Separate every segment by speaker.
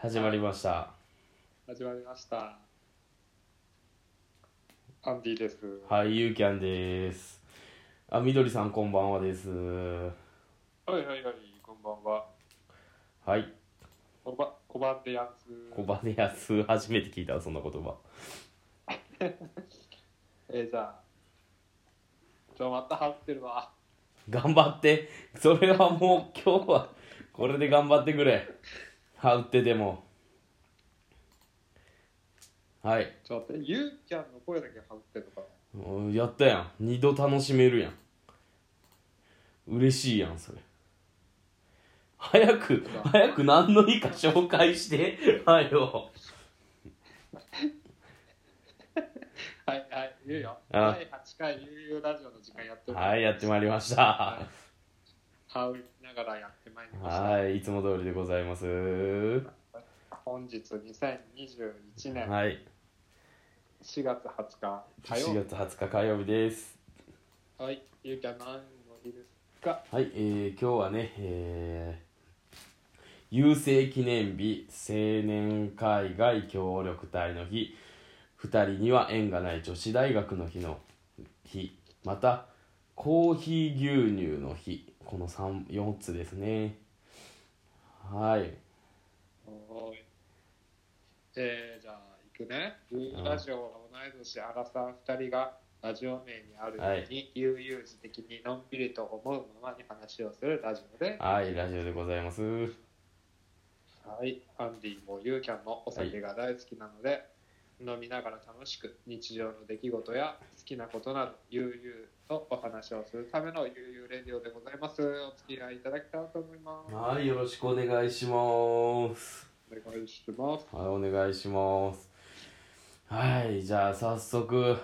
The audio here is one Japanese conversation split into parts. Speaker 1: 始まりました。
Speaker 2: 始まりました。アンディです。
Speaker 1: はい、ゆうきゃんです。あ、みどりさんこんばんはです。
Speaker 2: はいはいはい、こんばんは。
Speaker 1: はい、
Speaker 2: おば、おばんでやんす。
Speaker 1: 小バネやす、初めて聞いた、そんな言葉。
Speaker 2: えー、じゃあ。ちょ、また張ってるわ。
Speaker 1: 頑張って、それはもう今日は、これで頑張ってくれ。はうってでも。はい、
Speaker 2: ちょっと待って、ゆうきゃんの声だけ張ってるのか
Speaker 1: うんやったやん。二度楽しめるやん。嬉しいやん、それ。早く、早く何の日か紹介して。はいよ。
Speaker 2: な。はいはい、言うよ。
Speaker 1: あ
Speaker 2: 第八回ゆうゆうラジオの時間やってる。
Speaker 1: はい、やってまいりました。
Speaker 2: はうながらやってまいりました。
Speaker 1: はい、いつも通りでございます。
Speaker 2: 本日二千二十一年
Speaker 1: はい、
Speaker 2: 四月二十日火
Speaker 1: 4
Speaker 2: 曜
Speaker 1: 月20日火曜日です。
Speaker 2: 日。はい、ゆうきゃん何の日ですか。
Speaker 1: はい、えー今日はね、えー、郵政記念日、青年海外協力隊の日、二人には縁がない女子大学の日の日、また、コーヒー牛乳の日、この三4つですね。はい、
Speaker 2: おーい。えー、じゃあ、行くね。ルーラジオは同い年、アラサー2人が、ラジオ名にあるように、悠々自適にのんびりと思うままに話をするラジオで、
Speaker 1: はい、ラジオでございます。
Speaker 2: はい、アンディもユーキャンもお酒が大好きなので、飲みながら楽しく、日常の出来事や好きなことなど、悠々とお話をするための悠々レディオでございます。お付き合いいただきたいと思います。
Speaker 1: はい、よろしくお願いします。
Speaker 2: お願いします。
Speaker 1: はい、お願いします。はい、じゃあ早速、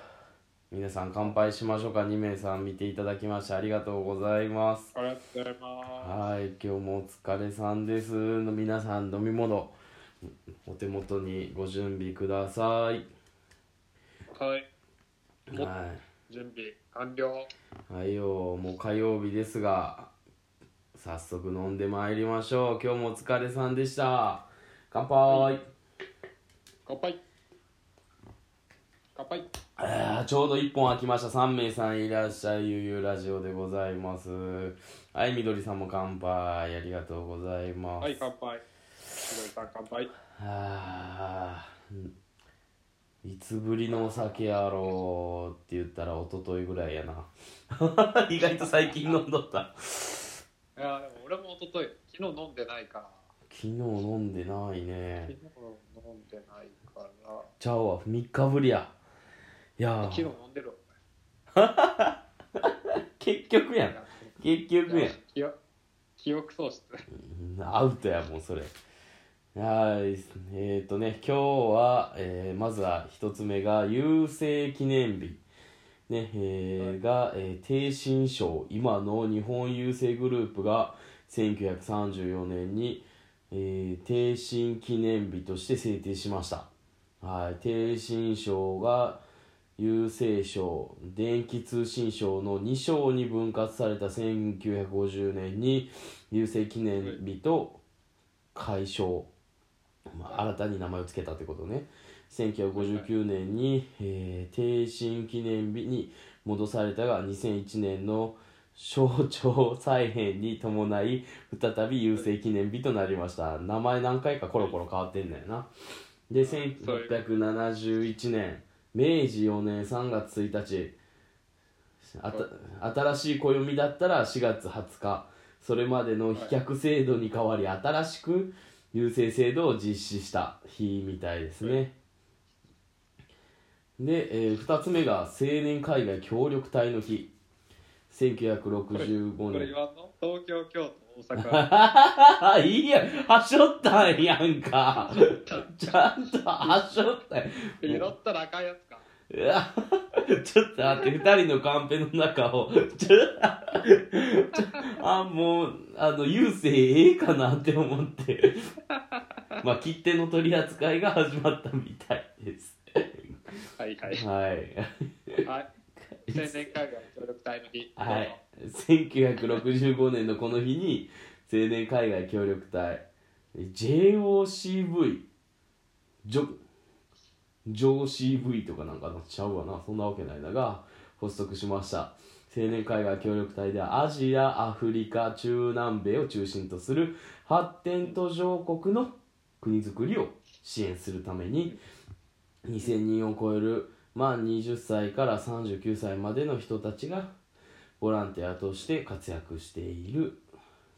Speaker 1: 皆さん乾杯しましょうか。2名さん見ていただきましてありがとうございます。
Speaker 2: ありがとうございます。
Speaker 1: はい、今日もお疲れさんです。皆さん飲み物、お手元にご準備ください。
Speaker 2: はい、
Speaker 1: は
Speaker 2: 準備完了。
Speaker 1: い、はいよ、もう火曜日ですが、早速飲んでまいりましょう。今日もお疲れさんでした。乾杯、
Speaker 2: 乾杯乾杯
Speaker 1: あーちょうど1本空きました3名さんいらっしゃいゆうゆうラジオでございますはいみどりさんも乾杯ありがとうございます、
Speaker 2: はい乾杯ひろいさん乾杯
Speaker 1: あーうんいつぶりのお酒やろうって言ったら一昨日ぐらいやな 意外と最近飲んどった
Speaker 2: いやでも俺も一昨日昨日飲んでないから
Speaker 1: 昨日飲んでない
Speaker 2: 昨
Speaker 1: ね
Speaker 2: 日飲んでないから
Speaker 1: ちゃうわ3日ぶりやいや
Speaker 2: 昨日
Speaker 1: ー
Speaker 2: 飲んでる
Speaker 1: 結局やん結局やん
Speaker 2: 記憶記憶喪失
Speaker 1: うんアウトやもうそれはいえっ、とね今日は、えーまずは一つ目が郵政記念日ねえー
Speaker 2: はい
Speaker 1: が、えー、逓信省今の日本郵政グループが1934年に、えー、逓信記念日として制定しましたはい逓信省が郵政省電気通信省の2省に分割された1950年に郵政記念日と解消、まあ、新たに名前を付けたってことね1959年に、えー、定身記念日に戻されたが2001年の省庁再編に伴い再び郵政記念日となりました名前何回かコロコロ変わってんだよなで1671年明治4年3月1日あた新しい暦だったら4月20日それまでの飛脚制度に代わり新しく郵政制度を実施した日みたいですね、で、え2つ目が青年海外協力隊の日1965
Speaker 2: これ
Speaker 1: 年
Speaker 2: 言わんの東京京都大阪
Speaker 1: あいいやはしょったんやんか ちゃんとはしょったんや
Speaker 2: 拾ったら赤いやつか
Speaker 1: うわちょっと待って、二人のカンペの中を、ちょ、ちょあ、もう、あの、郵政ええかなって思って。まあ、切手の取り扱いが始まったみたいです。
Speaker 2: はいはい
Speaker 1: はい。
Speaker 2: はい青年海外協力隊の日
Speaker 1: はい。1965年のこの日に、青年海外協力隊、 JOCV ジョジョー CV とかなんかなっちゃうわなそんなわけないだが発足しました青年海外協力隊ではアジアアフリカ中南米を中心とする発展途上国の国づくりを支援するために2000人を超える満20歳から39歳までの人たちがボランティアとして活躍している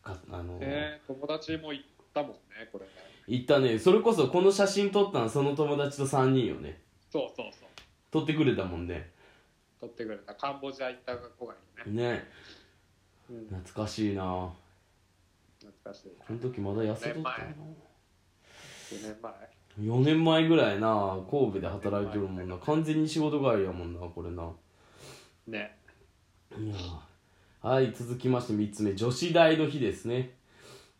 Speaker 1: かあの、
Speaker 2: えー、友達も行ったもんね、これね。
Speaker 1: 行ったねそれこそこの写真撮ったのその友達と3人よね
Speaker 2: そうそうそう。
Speaker 1: 撮ってくれたもんね
Speaker 2: 撮ってくれた。カンボジア行った子がいるね。
Speaker 1: ね
Speaker 2: うん、
Speaker 1: 懐かしいな
Speaker 2: 懐かしい。
Speaker 1: この時まだ痩せとったな
Speaker 2: 5年前。
Speaker 1: 4年前ぐらいな神戸で働いてるもんな完全に仕事帰りやもんなこれな
Speaker 2: ね。
Speaker 1: いやーはい続きまして3つ目女子大の日ですね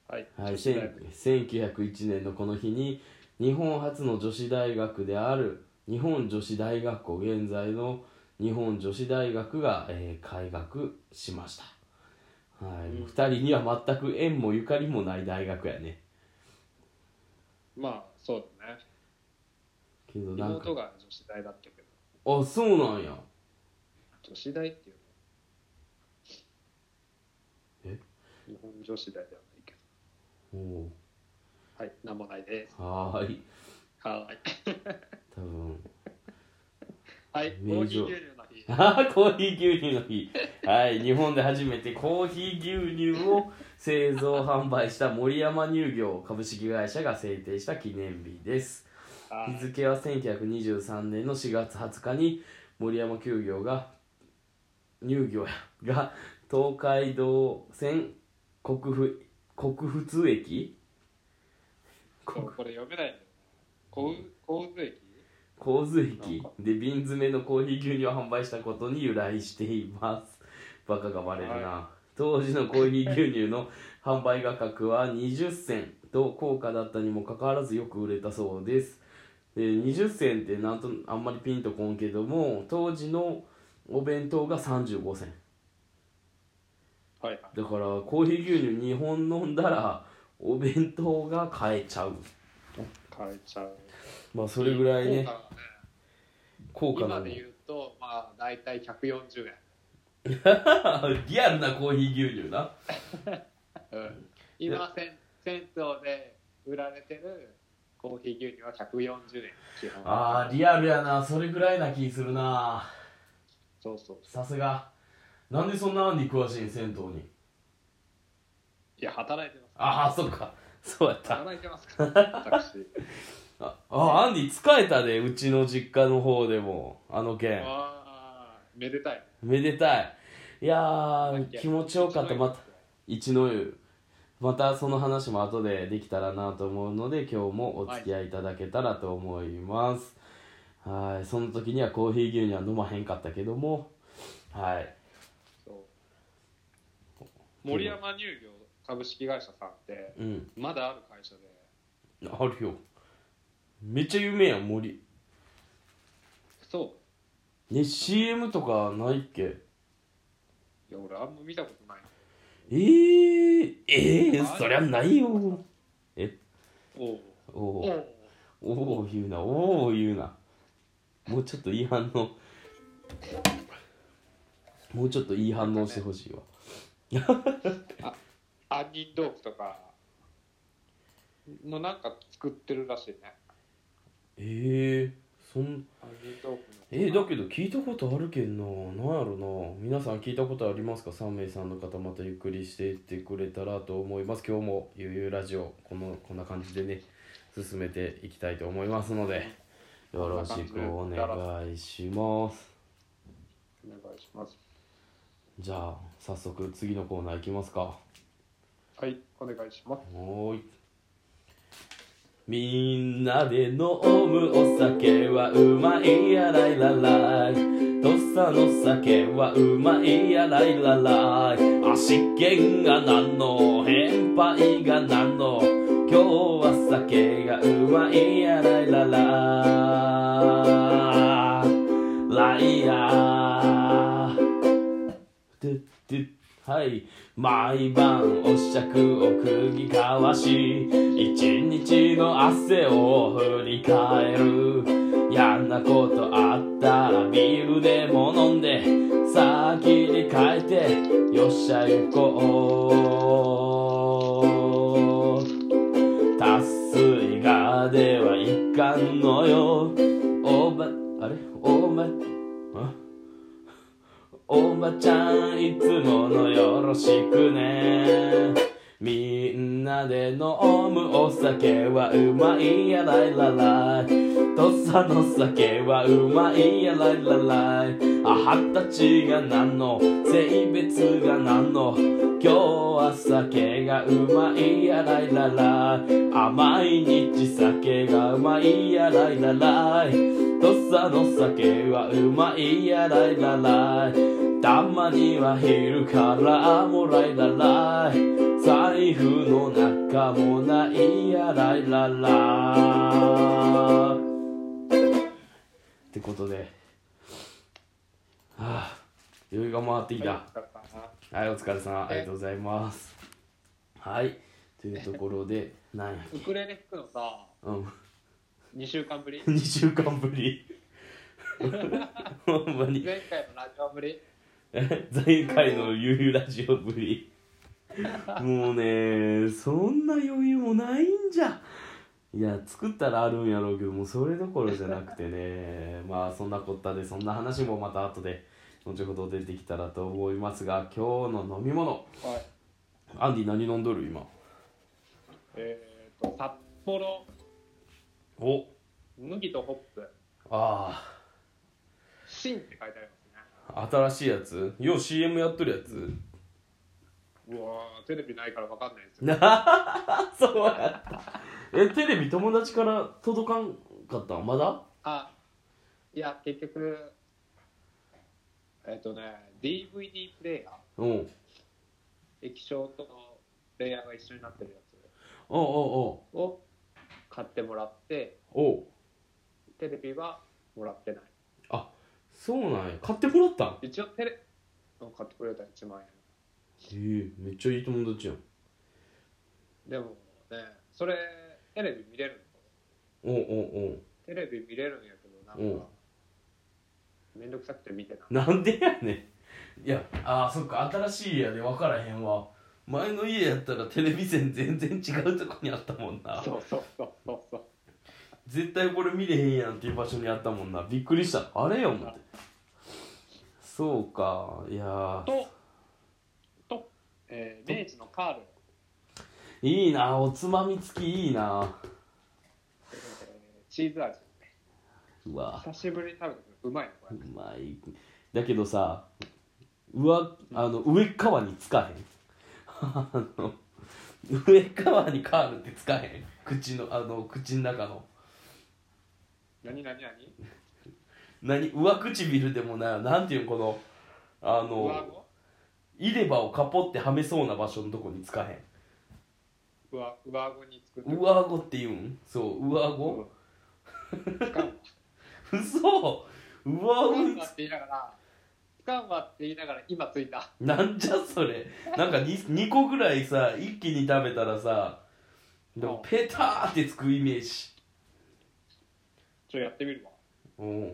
Speaker 2: はい。
Speaker 1: はい、
Speaker 2: 女子大
Speaker 1: 千1901年のこの日に日本初の女子大学である日本女子大学校現在の日本女子大学が、えー開学しました、はい
Speaker 2: うん
Speaker 1: 2人には全く縁もゆかりもない大学やね
Speaker 2: まあ、そうだね。
Speaker 1: けどなんか
Speaker 2: 妹が女子大だったけど、
Speaker 1: あそうなんや
Speaker 2: 女子大っていうの
Speaker 1: え
Speaker 2: 日本女子大ではないけど。
Speaker 1: おお
Speaker 2: はい、なんもないです。
Speaker 1: はーい
Speaker 2: はーい。
Speaker 1: 多分
Speaker 2: はい、コー
Speaker 1: 名
Speaker 2: ヒー
Speaker 1: 城
Speaker 2: 牛乳の日。
Speaker 1: あーコーヒー牛乳の日はい日本で初めてコーヒー牛乳を製造販売した森山乳業株式会社が制定した記念日です
Speaker 2: は
Speaker 1: 日
Speaker 2: い
Speaker 1: 付は1923年の4月20日に森山乳業が乳業やが東海道線国府国府通駅
Speaker 2: そうこれ読めないんだよね。こう、こうず駅
Speaker 1: 神津駅で瓶詰めのコーヒー牛乳を販売したことに由来してい ますバカがバレるな、
Speaker 2: は
Speaker 1: 当時のコーヒー牛乳の販売価格は20銭と高価だったにもかかわらずよく売れたそうですで20銭ってなんとあんまりピンとこんけども当時のお弁当が35銭
Speaker 2: はいはい。
Speaker 1: だからコーヒー牛乳2本飲んだらお弁当が買えちゃう
Speaker 2: 変えちゃう。
Speaker 1: まあそれぐらいね
Speaker 2: 効果
Speaker 1: 高価な
Speaker 2: がね今
Speaker 1: の
Speaker 2: で言うと、まあ、大体140円。
Speaker 1: リアルなコーヒー牛乳な
Speaker 2: うん、今銭、銭湯で売られてるコーヒー牛乳は140円。基本
Speaker 1: あーリアルやなそれぐらいな気するな
Speaker 2: そうそう。
Speaker 1: さすがなんでそんなアンディ詳しいん銭湯に
Speaker 2: いや、働いてます。
Speaker 1: ああそっかそうやった
Speaker 2: 働い てますから、私。
Speaker 1: ああアンディ使えたでうちの実家の方でもあの件
Speaker 2: ああ、めでたい。
Speaker 1: めでたいいやー気持ちよかったまた一の湯またその話も後でできたらなと思うので今日もお付き合いいただけたらと思いますはいその時にはコーヒー牛乳は飲まへんかったけどもはい
Speaker 2: そう森山乳業株式会社さんって、
Speaker 1: うん
Speaker 2: まだある会社で、
Speaker 1: あるよめっちゃ有名やん森
Speaker 2: そ
Speaker 1: ね CM とかないっけ
Speaker 2: う。いや、俺、あんま見たことない。
Speaker 1: えー、えー、そりゃないよ
Speaker 2: おう
Speaker 1: お
Speaker 2: お
Speaker 1: お
Speaker 2: う。
Speaker 1: おお言うなおお言うなもうちょっといい反応もうちょっといい反応してほしいわ
Speaker 2: 杏仁豆腐とかのなんか作ってるらしいね。
Speaker 1: ええそん
Speaker 2: 杏仁豆腐の。
Speaker 1: えー、だけど聞いたことあるけんななんやろな皆さん聞いたことありますか3名さんの方またゆっくりしていってくれたらと思います今日もゆうゆうラジオこのこんな感じでね進めていきたいと思いますのでよろしくお願いします
Speaker 2: お願いします。
Speaker 1: じゃあ早速次のコーナーいきますか
Speaker 2: はい、お願いします。
Speaker 1: おーいみんなで飲むお酒はうまいやらいららい土佐の酒はうまいやらいららい足剣がなんの変敗がなんの今日は酒がうまいやらいららいライアーでではい毎晩お試着を釘交わし一日の汗を振り返る嫌なことあったらビールでも飲んで先に帰ってよっしゃ行こう達水がではいかんのよおばあれおばあおばちゃんいつものよろしくねみんなで飲むお酒はうまいやらいららい土佐の酒はうまいやらいららいあ二十歳が何の性別が何の今日は酒がうまいやらいららい甘い日酒がうまいやらいららい土佐の酒はうまいやらいららいたまには昼からもらいららい財布の中もないやらいららいってことではあ酔いが回ってきた、
Speaker 2: はい
Speaker 1: はい、
Speaker 2: お疲れ様
Speaker 1: お疲れさん、ありがとうございます。はい、というところで、 なんや、
Speaker 2: ウクレレ弾くのさ、
Speaker 1: うん、
Speaker 2: 2週間ぶり
Speaker 1: 2週間ぶり。 ほんまに、
Speaker 2: 前回のラジオぶり
Speaker 1: え前回のゆうラジオぶり。 もうね、そんな余裕もないんじゃ。いや、作ったらあるんやろうけど、もうそれどころじゃなくてね、 まあ、そんなこったで、そんな話もまた後で、後ほど出てきたらと思いますが、今日の飲み物、
Speaker 2: はい。
Speaker 1: アンディ何飲んどる今。
Speaker 2: えー、と、札幌
Speaker 1: お
Speaker 2: 麦とホップ、
Speaker 1: ああ。
Speaker 2: 新って書いてありま
Speaker 1: 新しいやつよう CM やっとるやつ
Speaker 2: すね。うわー、テレビないから分かんないですよ。
Speaker 1: なあ そうやったえテレビ友達から届かんかったんまだ
Speaker 2: あ、いや、結局、えっ、とね、DVD プレイヤー、
Speaker 1: うんおう
Speaker 2: 液晶とプレイヤーが一緒になってるや
Speaker 1: おう
Speaker 2: つを買ってもらって、
Speaker 1: おうおう
Speaker 2: テレビはもらってない。
Speaker 1: そうなんや買ってもらったん
Speaker 2: 一応テレ、うん買ってくれた1万円。
Speaker 1: ええめっちゃいい友達やん
Speaker 2: でもね、それ、テレビ見れるの
Speaker 1: おうおうおう
Speaker 2: テレビ見れるんやけど、なんか、めんどくさくて見てない。
Speaker 1: なんでやねんいやあーそっか新しい家で分からへんわ前の家やったらテレビ線全然違うとこにあったもんな
Speaker 2: そうそうそうそうそう。
Speaker 1: 絶対これ見れへんやんっていう場所にあったもんなびっくりしたあれよ思ってそうかいやー
Speaker 2: と、と、えー、明治のカール、
Speaker 1: いいなおつまみ付きいいな
Speaker 2: えーチーズ味。
Speaker 1: うわ
Speaker 2: 久しぶりに食べたけど、うまいのこ
Speaker 1: う
Speaker 2: れ。
Speaker 1: まいだけどさ上あの上側につかへんあの上側にカールってつかへん口のあの口の中の
Speaker 2: 何何何
Speaker 1: 何上唇でもないなんていうのこのあ
Speaker 2: 上
Speaker 1: の
Speaker 2: 顎
Speaker 1: 入れ歯をカポってはめそうな場所のとこにつかへん
Speaker 2: 上上顎に作って
Speaker 1: 上顎って言うんそう上
Speaker 2: う
Speaker 1: 顎
Speaker 2: んつかんわ
Speaker 1: 嘘上
Speaker 2: つか
Speaker 1: 顎
Speaker 2: ん
Speaker 1: に
Speaker 2: わって言いながらつかんわって言いながら今ついた
Speaker 1: なんじゃそれなんか 2, 2個ぐらいさ一気に食べたらさでもペターってつくイメージ
Speaker 2: ちょやってみるわ
Speaker 1: お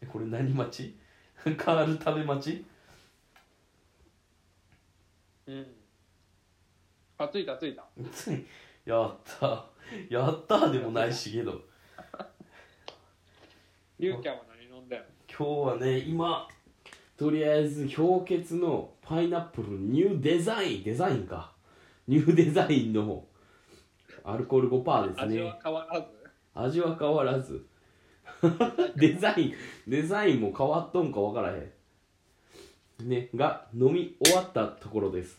Speaker 1: えこれ何町 カール食べ町
Speaker 2: うんあついたついた
Speaker 1: ついやったやったでもないしけど
Speaker 2: りゅうきゃんは何飲んだよ
Speaker 1: 今日はね今とりあえず氷結のパイナップルニューデザインデザインかニューデザインのアルコール5%です
Speaker 2: 味
Speaker 1: ね
Speaker 2: は変わらず
Speaker 1: 味は変わらずデザインデザインも変わっとんかわからへんねが飲み終わったところです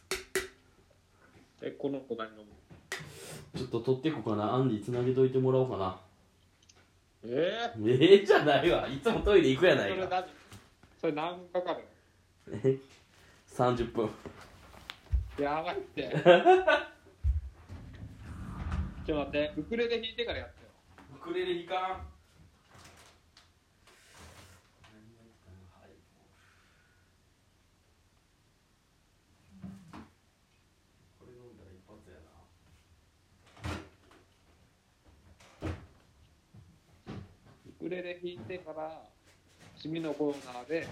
Speaker 2: えこの子何飲む
Speaker 1: ちょっと取ってこかなアンディつなげといてもらおうかな
Speaker 2: ええ
Speaker 1: ええじゃないわいつもトイレ行くやな
Speaker 2: そ
Speaker 1: い
Speaker 2: れ
Speaker 1: か
Speaker 2: 何それ何分かかる
Speaker 1: 30分
Speaker 2: のやばいって ちょっと待ってウクレレ弾いてからやってよ
Speaker 1: ウクレレ弾かん
Speaker 2: レレ弾いてから君のコーナーで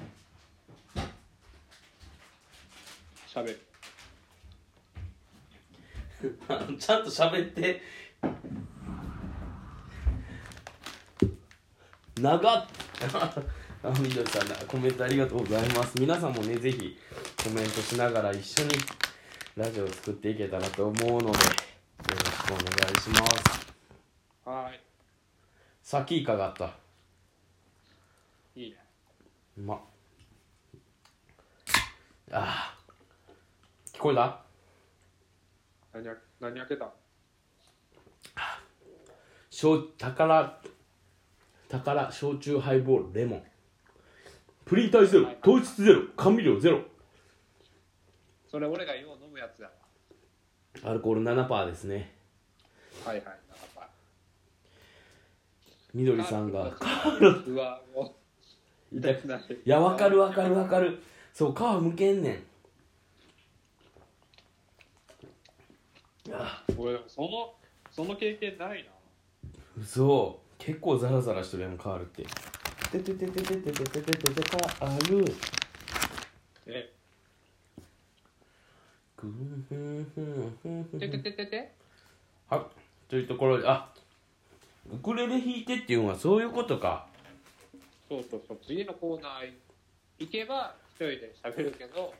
Speaker 2: 喋る
Speaker 1: あのちゃんと喋って長っあみどりさんなコメントありがとうございます皆さんもねぜひコメントしながら一緒にラジオを作っていけたらと思うのでよろしくお願いします
Speaker 2: は
Speaker 1: さっきいかがあった
Speaker 2: ーいいいね
Speaker 1: うまっあー聞こえた
Speaker 2: 何や何開けた
Speaker 1: 焼宝宝焼酎ハイボールレモンプリン体ゼロ
Speaker 2: はいはい
Speaker 1: 糖質ゼロ甘味料ゼロ
Speaker 2: それ俺がよう飲むやつや
Speaker 1: アルコール7%ですね
Speaker 2: わはいはいなんか
Speaker 1: みどりさんが
Speaker 2: うわもう
Speaker 1: 痛く いやわかるわかるわかるそう皮むけんねんあ
Speaker 2: 俺でもそのその経験ないな
Speaker 1: 嘘結構ザラザラしてるやんカールっててててててててててててカール
Speaker 2: え
Speaker 1: ぐんふんふんふんふん
Speaker 2: ててててて
Speaker 1: はいというところであウクレレ弾いてっていうのはそういうことか
Speaker 2: そうそうそう次のコーナー行けば一人で喋るけ ど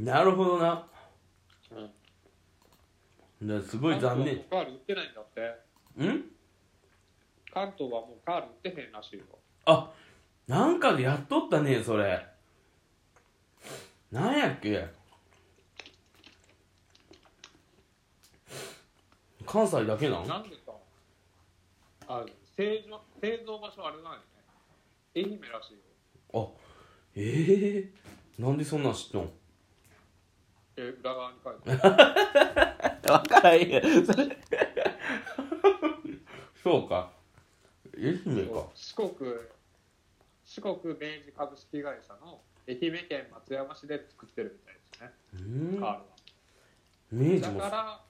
Speaker 1: なるほどな
Speaker 2: うん
Speaker 1: すごい残念
Speaker 2: 関東はもうカール売ってないんだって
Speaker 1: ん
Speaker 2: 関東はもうカール売ってへんらしいよ
Speaker 1: あなんかでやっとったねそれなんやっけ関西だけなん
Speaker 2: なんでかあ製造製造場所あれなんやね愛媛らしいよ
Speaker 1: あええなんでそんなん知っとん
Speaker 2: え裏側に書いてある
Speaker 1: 分からへんやそれ そうか愛媛か
Speaker 2: 四国四国明治株式会社の愛媛県松山市で作ってるみたいですね、
Speaker 1: うん
Speaker 2: カールは
Speaker 1: 明治
Speaker 2: だ
Speaker 1: も
Speaker 2: から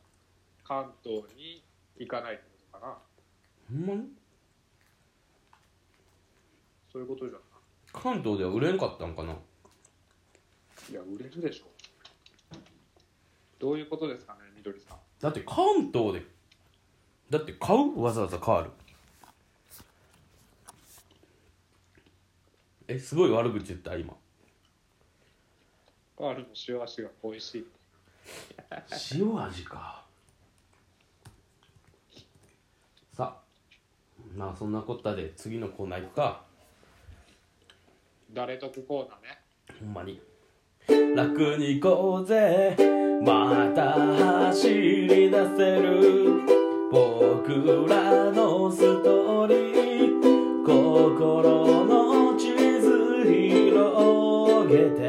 Speaker 2: 関東に行かないってことかな
Speaker 1: ほんまに
Speaker 2: そういうことじゃな
Speaker 1: 関東では売れんかったんかない
Speaker 2: いや売れるでしょどういうことですかねみどりさん
Speaker 1: だって関東でだって買うわざわざカールえすごい悪口言った今
Speaker 2: カールの塩味が美味しい
Speaker 1: 塩味かさまあそんなこったで次のコーナー行くか
Speaker 2: 誰得コーナーね
Speaker 1: ほんまに楽に行こうぜまた走り出せる僕らのストーリー心の地図広げて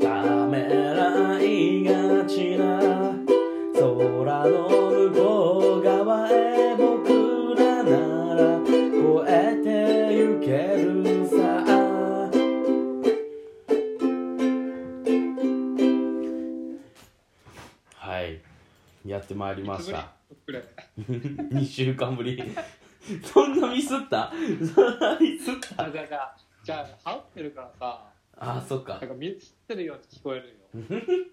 Speaker 1: ためらいがちな空の向こう側へ僕らなら越えてゆけるさはいやってまいりまし
Speaker 2: つぶり
Speaker 1: た
Speaker 2: くれ
Speaker 1: 2週間ぶりそんなミスった そんなミスっ
Speaker 2: あ
Speaker 1: た
Speaker 2: じゃあじゃあじゃあ羽織ってるからさ
Speaker 1: あそっか
Speaker 2: なんか見つってるように聞こえるよ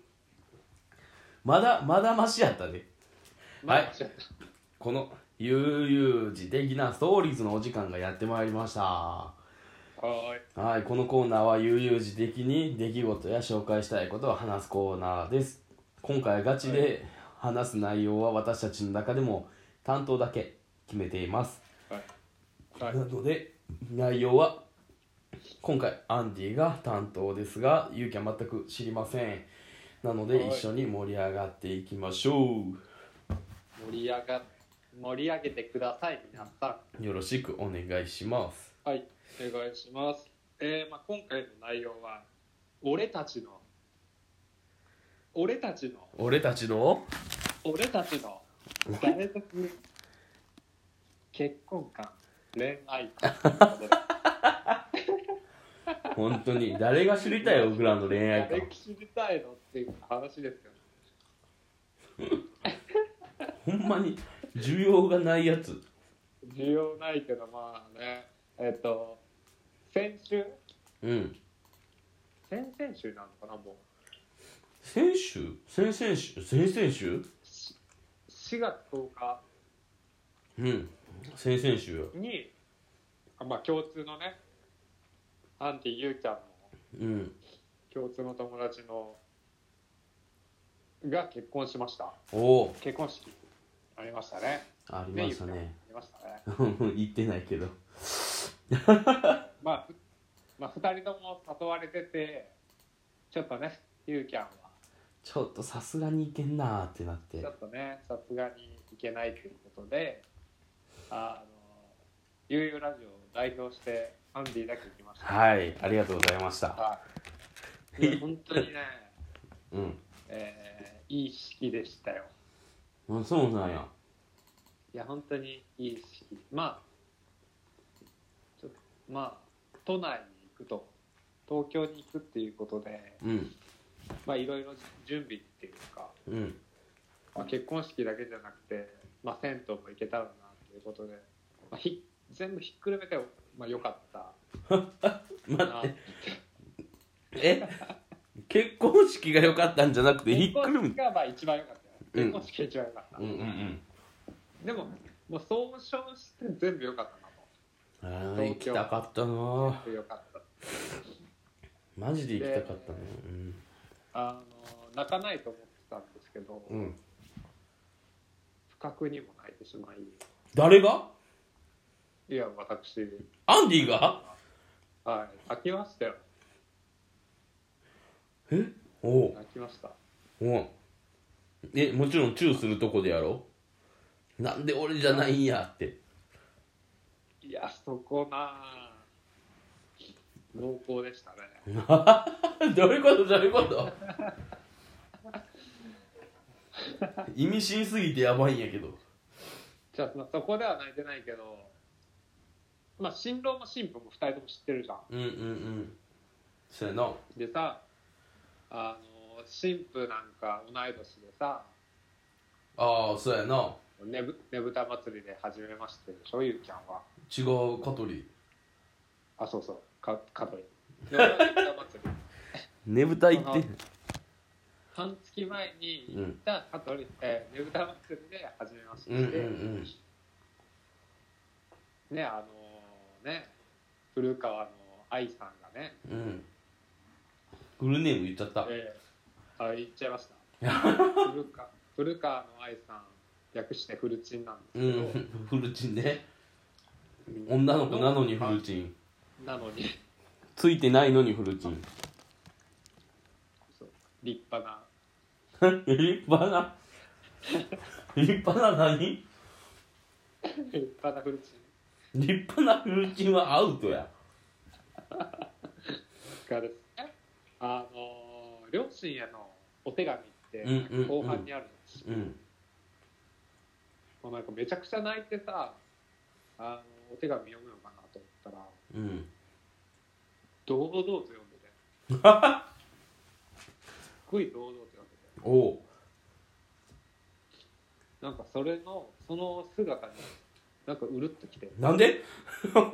Speaker 1: まだまだマシやったねはいこの悠々自適なストーリーズのお時間がやってまいりました
Speaker 2: はーい
Speaker 1: はい、このコーナーは悠々自適に出来事や紹介したいことを話すコーナーです。今回ガチで話す内容は私たちの中でも担当だけ決めています。
Speaker 2: は
Speaker 1: ない
Speaker 2: はい
Speaker 1: ので内容は今回アンディが担当ですが、ゆうきは全く知りません。なの
Speaker 2: は
Speaker 1: で
Speaker 2: い
Speaker 1: 一緒に盛り上がっていきましょ
Speaker 2: 盛り上が盛り上げてください皆さん
Speaker 1: う。よろしくお願いします。
Speaker 2: はい、お願いします。えーまあ、今回の内容は、俺たちの、俺たちの、
Speaker 1: 俺たちの
Speaker 2: 俺たちの、誰と結婚観、恋愛観ということで。
Speaker 1: 本当に誰が知りたいよ、僕らの恋愛観
Speaker 2: 誰。知りたいのっていう話ですよね。
Speaker 1: ほんまに需要がないやつ
Speaker 2: 需要ないけどまあねえっと先週
Speaker 1: うん
Speaker 2: 先々週なのかなも
Speaker 1: 先週先々週先々週
Speaker 2: う4月10日
Speaker 1: うん先々週や
Speaker 2: にあまあ共通のねアンディユーキャンの
Speaker 1: うん
Speaker 2: 共通の友達のが結婚しました
Speaker 1: おお
Speaker 2: 結婚式ありましたね
Speaker 1: あり
Speaker 2: で
Speaker 1: ましたね
Speaker 2: ゆうちゃんありました ね
Speaker 1: 言ってないけど
Speaker 2: まあふまあ2人とも誘われててちょっとねユーキャンは
Speaker 1: ちょっとさすがにいけんなーってなって
Speaker 2: ちょっとね、さすがにいけないということで、あの、ゆうゆうラジオを代表して、アンディだけ行きました。
Speaker 1: はいありがとうございました
Speaker 2: はい。いや本当にね、
Speaker 1: うん
Speaker 2: えーいい式でしたよ。
Speaker 1: あそうなんや
Speaker 2: いや、本当にいい式。まあ、ちょっとまあ、都内に行くと、東京に行くっていうことで、
Speaker 1: うん
Speaker 2: まあ、いろいろ準備っていうか、
Speaker 1: うん
Speaker 2: まあ、結婚式だけじゃなくて、まあ、銭湯も行けたらなということで、まあ、ひ全部ひっくるめて、まあ、よかった
Speaker 1: 待っ
Speaker 2: な
Speaker 1: てえ結婚式が良かったんじゃなくてひっ
Speaker 2: 結
Speaker 1: く
Speaker 2: 婚
Speaker 1: る
Speaker 2: 式
Speaker 1: め
Speaker 2: がまあ一番良かった
Speaker 1: う
Speaker 2: よ
Speaker 1: ん
Speaker 2: 結婚式が一番良かった、
Speaker 1: うんうんうん
Speaker 2: でももう総称して全部良かったな
Speaker 1: あー
Speaker 2: 東
Speaker 1: 行き
Speaker 2: 京
Speaker 1: たかったなー
Speaker 2: と良かった
Speaker 1: マジで行きたかったねうん
Speaker 2: あの泣かないと思ってたんですけど、
Speaker 1: うん
Speaker 2: 不覚にも泣いてしまい
Speaker 1: 誰が
Speaker 2: いや私
Speaker 1: アンディが
Speaker 2: はい泣きましたよ
Speaker 1: えおう
Speaker 2: 泣きました
Speaker 1: おうえもちろんチューするとこでやろなんで俺じゃないんやって
Speaker 2: いやそこなあ濃厚でしたね
Speaker 1: どういうことどういうこと 意味深すぎてやばいんやけど
Speaker 2: じゃあ、まあ、そこでは泣いてないけど、まあ、新郎も新婦も2人とも知ってるじゃん。
Speaker 1: うんうんうんそうやな
Speaker 2: でさ、あの、新婦なんか同い年でさ、
Speaker 1: ああそうやな
Speaker 2: ねぶねぶた祭りで始めましてでしょ、ゆうきゃんは。
Speaker 1: 違う香取
Speaker 2: あ、そうそう、か、かとい。で俺はねぶた祭り。
Speaker 1: ねぶた
Speaker 2: 行って半月前に行った香取、えーねぶた祭りで始めまして、
Speaker 1: うんうんうん
Speaker 2: ね、あのね、古川の愛さんがね、
Speaker 1: うんフルネーム言っちゃった
Speaker 2: ええあ言っちゃいまし た古川古川の愛さん略してフルチンなん
Speaker 1: う
Speaker 2: ですけど、
Speaker 1: んフルチンね女の子なのにフルチン
Speaker 2: なのに
Speaker 1: ついてないのにフルチン
Speaker 2: そう立派な
Speaker 1: 立派な 立派な何
Speaker 2: 立派なフルチン
Speaker 1: 立派なフルチンはアウトや
Speaker 2: がですねあの両親へのお手紙って
Speaker 1: うんうんうん
Speaker 2: 後半にあるんですよ、
Speaker 1: うん
Speaker 2: もうなんかめちゃくちゃ泣いてさあのお手紙読むのかなと思ったら
Speaker 1: うん
Speaker 2: 堂々と読んでてすっごい堂々と読んでて
Speaker 1: おお
Speaker 2: なんかそれのその姿になんかうるっときて
Speaker 1: なんで 待っ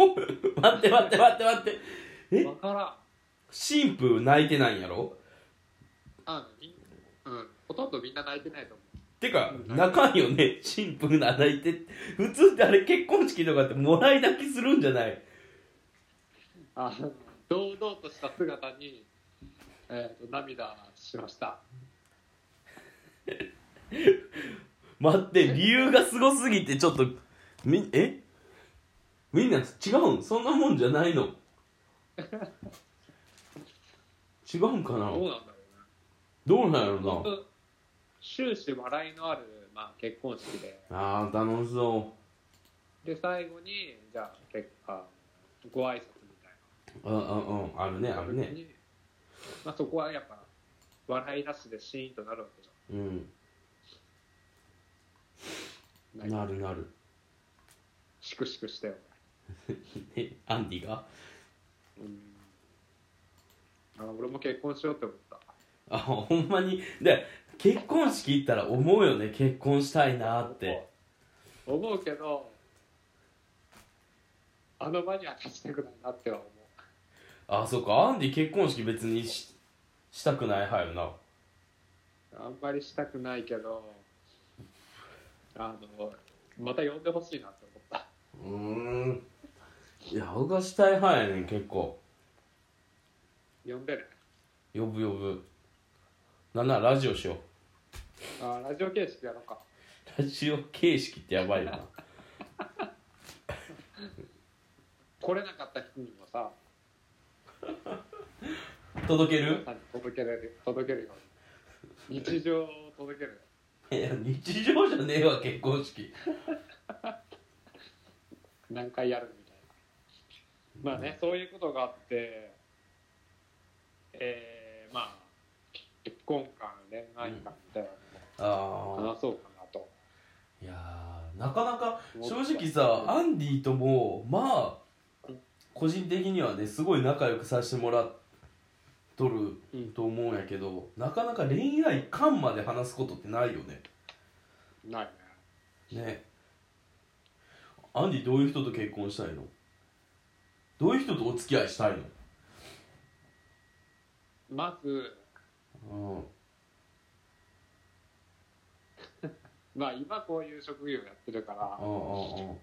Speaker 1: て待って待って待ってえ
Speaker 2: わからん
Speaker 1: 新婦泣いてないんやろ
Speaker 2: あみんうん、ほとんどみんな泣いてないと思
Speaker 1: てか
Speaker 2: うん。
Speaker 1: 泣かんよね新婦が泣いて普通ってあれ結婚式とかってもらい泣きするんじゃないう
Speaker 2: あの堂々とした姿に、えーと涙しました。
Speaker 1: 待って理由がすごすぎてちょっとみえみんな違うんそんなもんじゃないの違うんかな
Speaker 2: どうなんだろ
Speaker 1: どうなんや
Speaker 2: うね。
Speaker 1: ろな
Speaker 2: 本当終始笑いのある、まあ、結婚式で、
Speaker 1: あー楽しそ
Speaker 2: で、最後に、じゃあ、結果、ご挨拶みたい
Speaker 1: う
Speaker 2: う
Speaker 1: んうんうんあるね
Speaker 2: な。
Speaker 1: あるね。
Speaker 2: まあ、そこはやっぱ、笑いなしでシーンとなるわけじ
Speaker 1: うん
Speaker 2: ゃん。
Speaker 1: なるなる
Speaker 2: しくしくしたよね。
Speaker 1: えアンディが
Speaker 2: うん。あ俺も結婚しようって思った。
Speaker 1: あほんまにで結婚式行ったら思うよね結婚したいなって
Speaker 2: 思うけどあの場には立ちたくないなっては思
Speaker 1: あそっかアンディ結婚式別にししたくない派よな
Speaker 2: うあんまりしたくないけどあのまた呼んでほしいなって思った
Speaker 1: うーんいや僕はしたい派やねん結構
Speaker 2: 呼んでね
Speaker 1: 呼ぶ呼ぶなんならラジオしよう
Speaker 2: あラジオ形式やろうか
Speaker 1: ラジオ形式ってやばいよな
Speaker 2: 来れなかった人にもさ
Speaker 1: 届ける
Speaker 2: あの届けられる届けるように日常を届ける
Speaker 1: いや日常じゃねえわ結婚式
Speaker 2: 何回やるみたいなまあねそういうことがあってえー、まあ結婚観恋愛観みたいな
Speaker 1: あ
Speaker 2: の
Speaker 1: あ
Speaker 2: も話そうかなと
Speaker 1: いやーなかなか
Speaker 2: 思った
Speaker 1: 正直さアンディともまあ
Speaker 2: うん
Speaker 1: 個人的にはねすごい仲良くさせてもらっとる
Speaker 2: うん
Speaker 1: と思うんやけどなかなか恋愛観まで話すことってないよね
Speaker 2: ないね
Speaker 1: ねアンディどういう人と結婚したいのどういう人とお付き合いしたい
Speaker 2: まず
Speaker 1: の
Speaker 2: まあ今こういう職業やってるから
Speaker 1: うんうんうんうん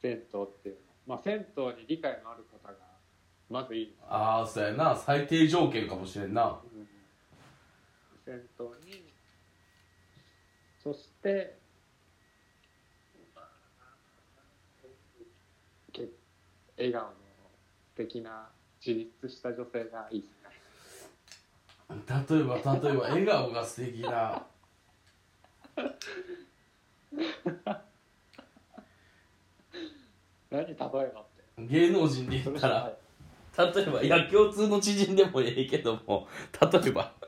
Speaker 2: 銭湯っていうのまあ銭湯に理解のある方がまずいい
Speaker 1: ああそうやな最低条件かもしれんな
Speaker 2: うん先頭にそしてまあけ笑顔の素敵な自立した女性がいいですね
Speaker 1: 例えば例えば 笑顔が素敵な
Speaker 2: 何例えばって
Speaker 1: 芸能人で言ったら
Speaker 2: い
Speaker 1: 例えばいや共通の知人でもええけども例えば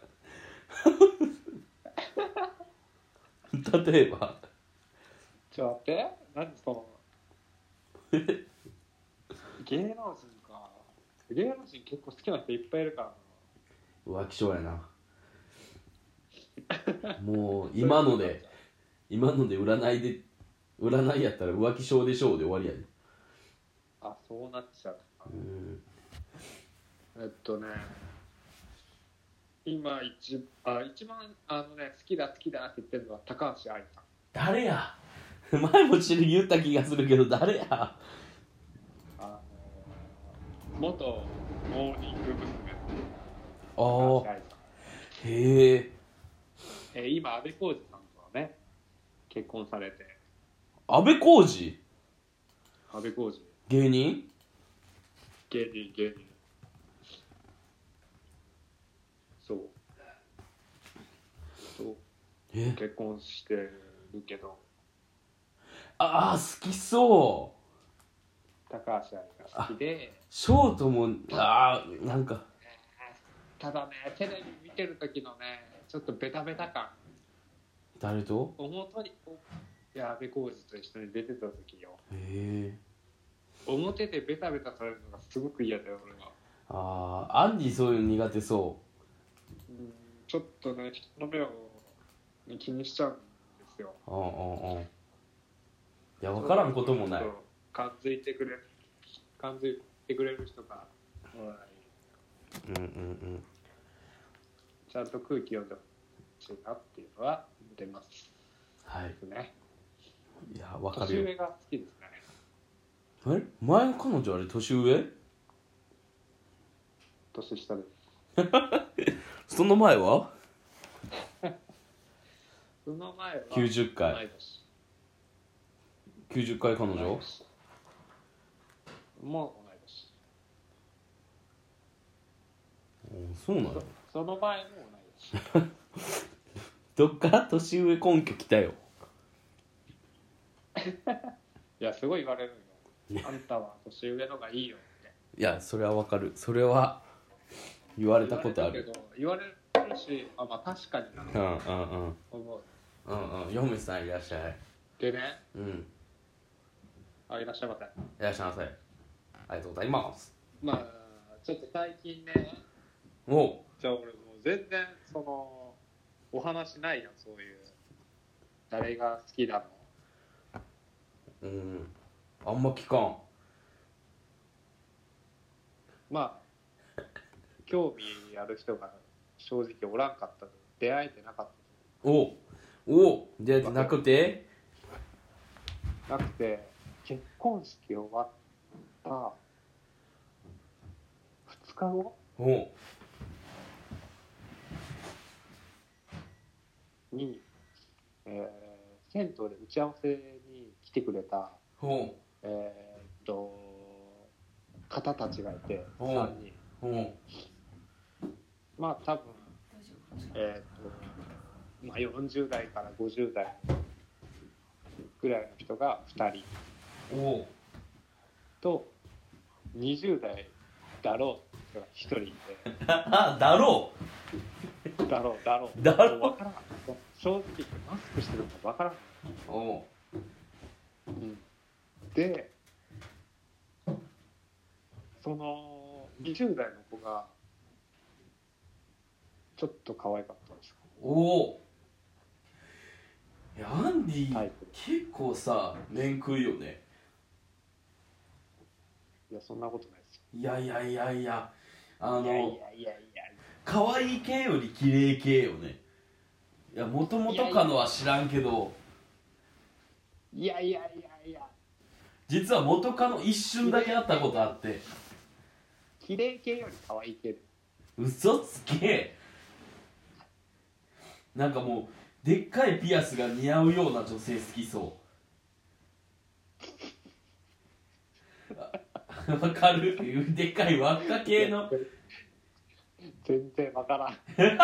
Speaker 1: 例えば
Speaker 2: ちょっと待って何その芸能人か芸能人結構好きな人いっぱいいるからな
Speaker 1: 浮気症やなもう今ので今ので占いで占いやったら浮気症でしょうで終わりやで、
Speaker 2: あそうなっちゃう
Speaker 1: うん、
Speaker 2: えっとね、今一あ一番あの、ね、好きだ好きだって言ってるのは高橋愛さん。
Speaker 1: 誰や 前も知り言った気がするけど誰や
Speaker 2: あの元モーニング娘。
Speaker 1: あ
Speaker 2: 高
Speaker 1: ー
Speaker 2: 橋愛さん。
Speaker 1: へえ
Speaker 2: えー今、安部浩二さんとはね、結婚されて、
Speaker 1: 安倍浩二
Speaker 2: 安部浩二、
Speaker 1: 芸人
Speaker 2: 芸人、芸人。そう。そう
Speaker 1: え
Speaker 2: 結婚してるけど、
Speaker 1: ああ好きそう
Speaker 2: 高橋愛が好きで。
Speaker 1: ショートもああなんか
Speaker 2: ただねテレビ見てる時のねちょっとベタベタ感
Speaker 1: 誰と
Speaker 2: 表においや安部浩二と一緒に出てた時よ
Speaker 1: へえ
Speaker 2: 表でベタベタされるのがすごく嫌だよ俺は
Speaker 1: ああアンディそういうの苦手そ
Speaker 2: うんちょっとね人の目を気にしちゃうんですよ
Speaker 1: ううんうんうんいや分からんこともない
Speaker 2: そう感づいてくれ感づいてくれる人がうん
Speaker 1: うんうんうん
Speaker 2: ちゃんと空気読んでほしいなっていうのは出ます
Speaker 1: はい
Speaker 2: ね
Speaker 1: いや分か
Speaker 2: 年
Speaker 1: るよ
Speaker 2: 上が好きですね
Speaker 1: え前の彼女あれ年上
Speaker 2: 年下です
Speaker 1: その前は
Speaker 2: その前は
Speaker 1: 90回
Speaker 2: 同い年
Speaker 1: 90回彼女
Speaker 2: もう同い年
Speaker 1: うんそうなの
Speaker 2: そ その前も 同い年
Speaker 1: どっから年上根拠きたよ
Speaker 2: いやすごい言われるよあんたは年上のがいいよって
Speaker 1: いやそれは分かるそれは言われ
Speaker 2: 言
Speaker 1: た
Speaker 2: われ
Speaker 1: ことあ
Speaker 2: るけ
Speaker 1: る
Speaker 2: ど言われるしあまあ確かにな
Speaker 1: うんうんうん
Speaker 2: 思う
Speaker 1: うんうん嫁さんいらっしゃい
Speaker 2: でね
Speaker 1: うん
Speaker 2: あいらっしゃいませ
Speaker 1: いらっしゃいませありがとうございます
Speaker 2: まあちょっと最近ね
Speaker 1: お
Speaker 2: じゃあ俺もう全然そのお話ないやんそういう誰が好きだの
Speaker 1: うんあんま聞かん
Speaker 2: まあ興味ある人が正直おらんかったと出会えてなかっ
Speaker 1: おお出会えてなくて
Speaker 2: たなくて結婚式終わった2日後
Speaker 1: お
Speaker 2: に、えー銭湯で打ち合わせに来てくれた、
Speaker 1: お
Speaker 2: えーっと方たちがいて
Speaker 1: うん
Speaker 2: 3人
Speaker 1: お
Speaker 2: まあ多分えーとまあ、40代から50代ぐらいの人が2人
Speaker 1: お
Speaker 2: と20代だろうって人が1人い
Speaker 1: あだろ
Speaker 2: てだろうだろう
Speaker 1: だろう
Speaker 2: わからん正直マスクしてるのかわからん、
Speaker 1: うお
Speaker 2: でその20代の子がちょっと可愛かったんですよ
Speaker 1: おいやアンディ、
Speaker 2: タイプ
Speaker 1: 結構さ面食いよね
Speaker 2: いやそんなことないですよ
Speaker 1: いやいやいやいやあの
Speaker 2: いやいやいやいや
Speaker 1: 可愛い系より綺麗系よねいやもともとかのは知らんけど
Speaker 2: いやいやいやいや
Speaker 1: 実は元カノ一瞬だけ会ったことあって
Speaker 2: 綺麗系より可愛い系で
Speaker 1: 嘘つけなんかもうでっかいピアスが似合うような女性好きそうあわかる でっかい輪っか系の
Speaker 2: 全然わからん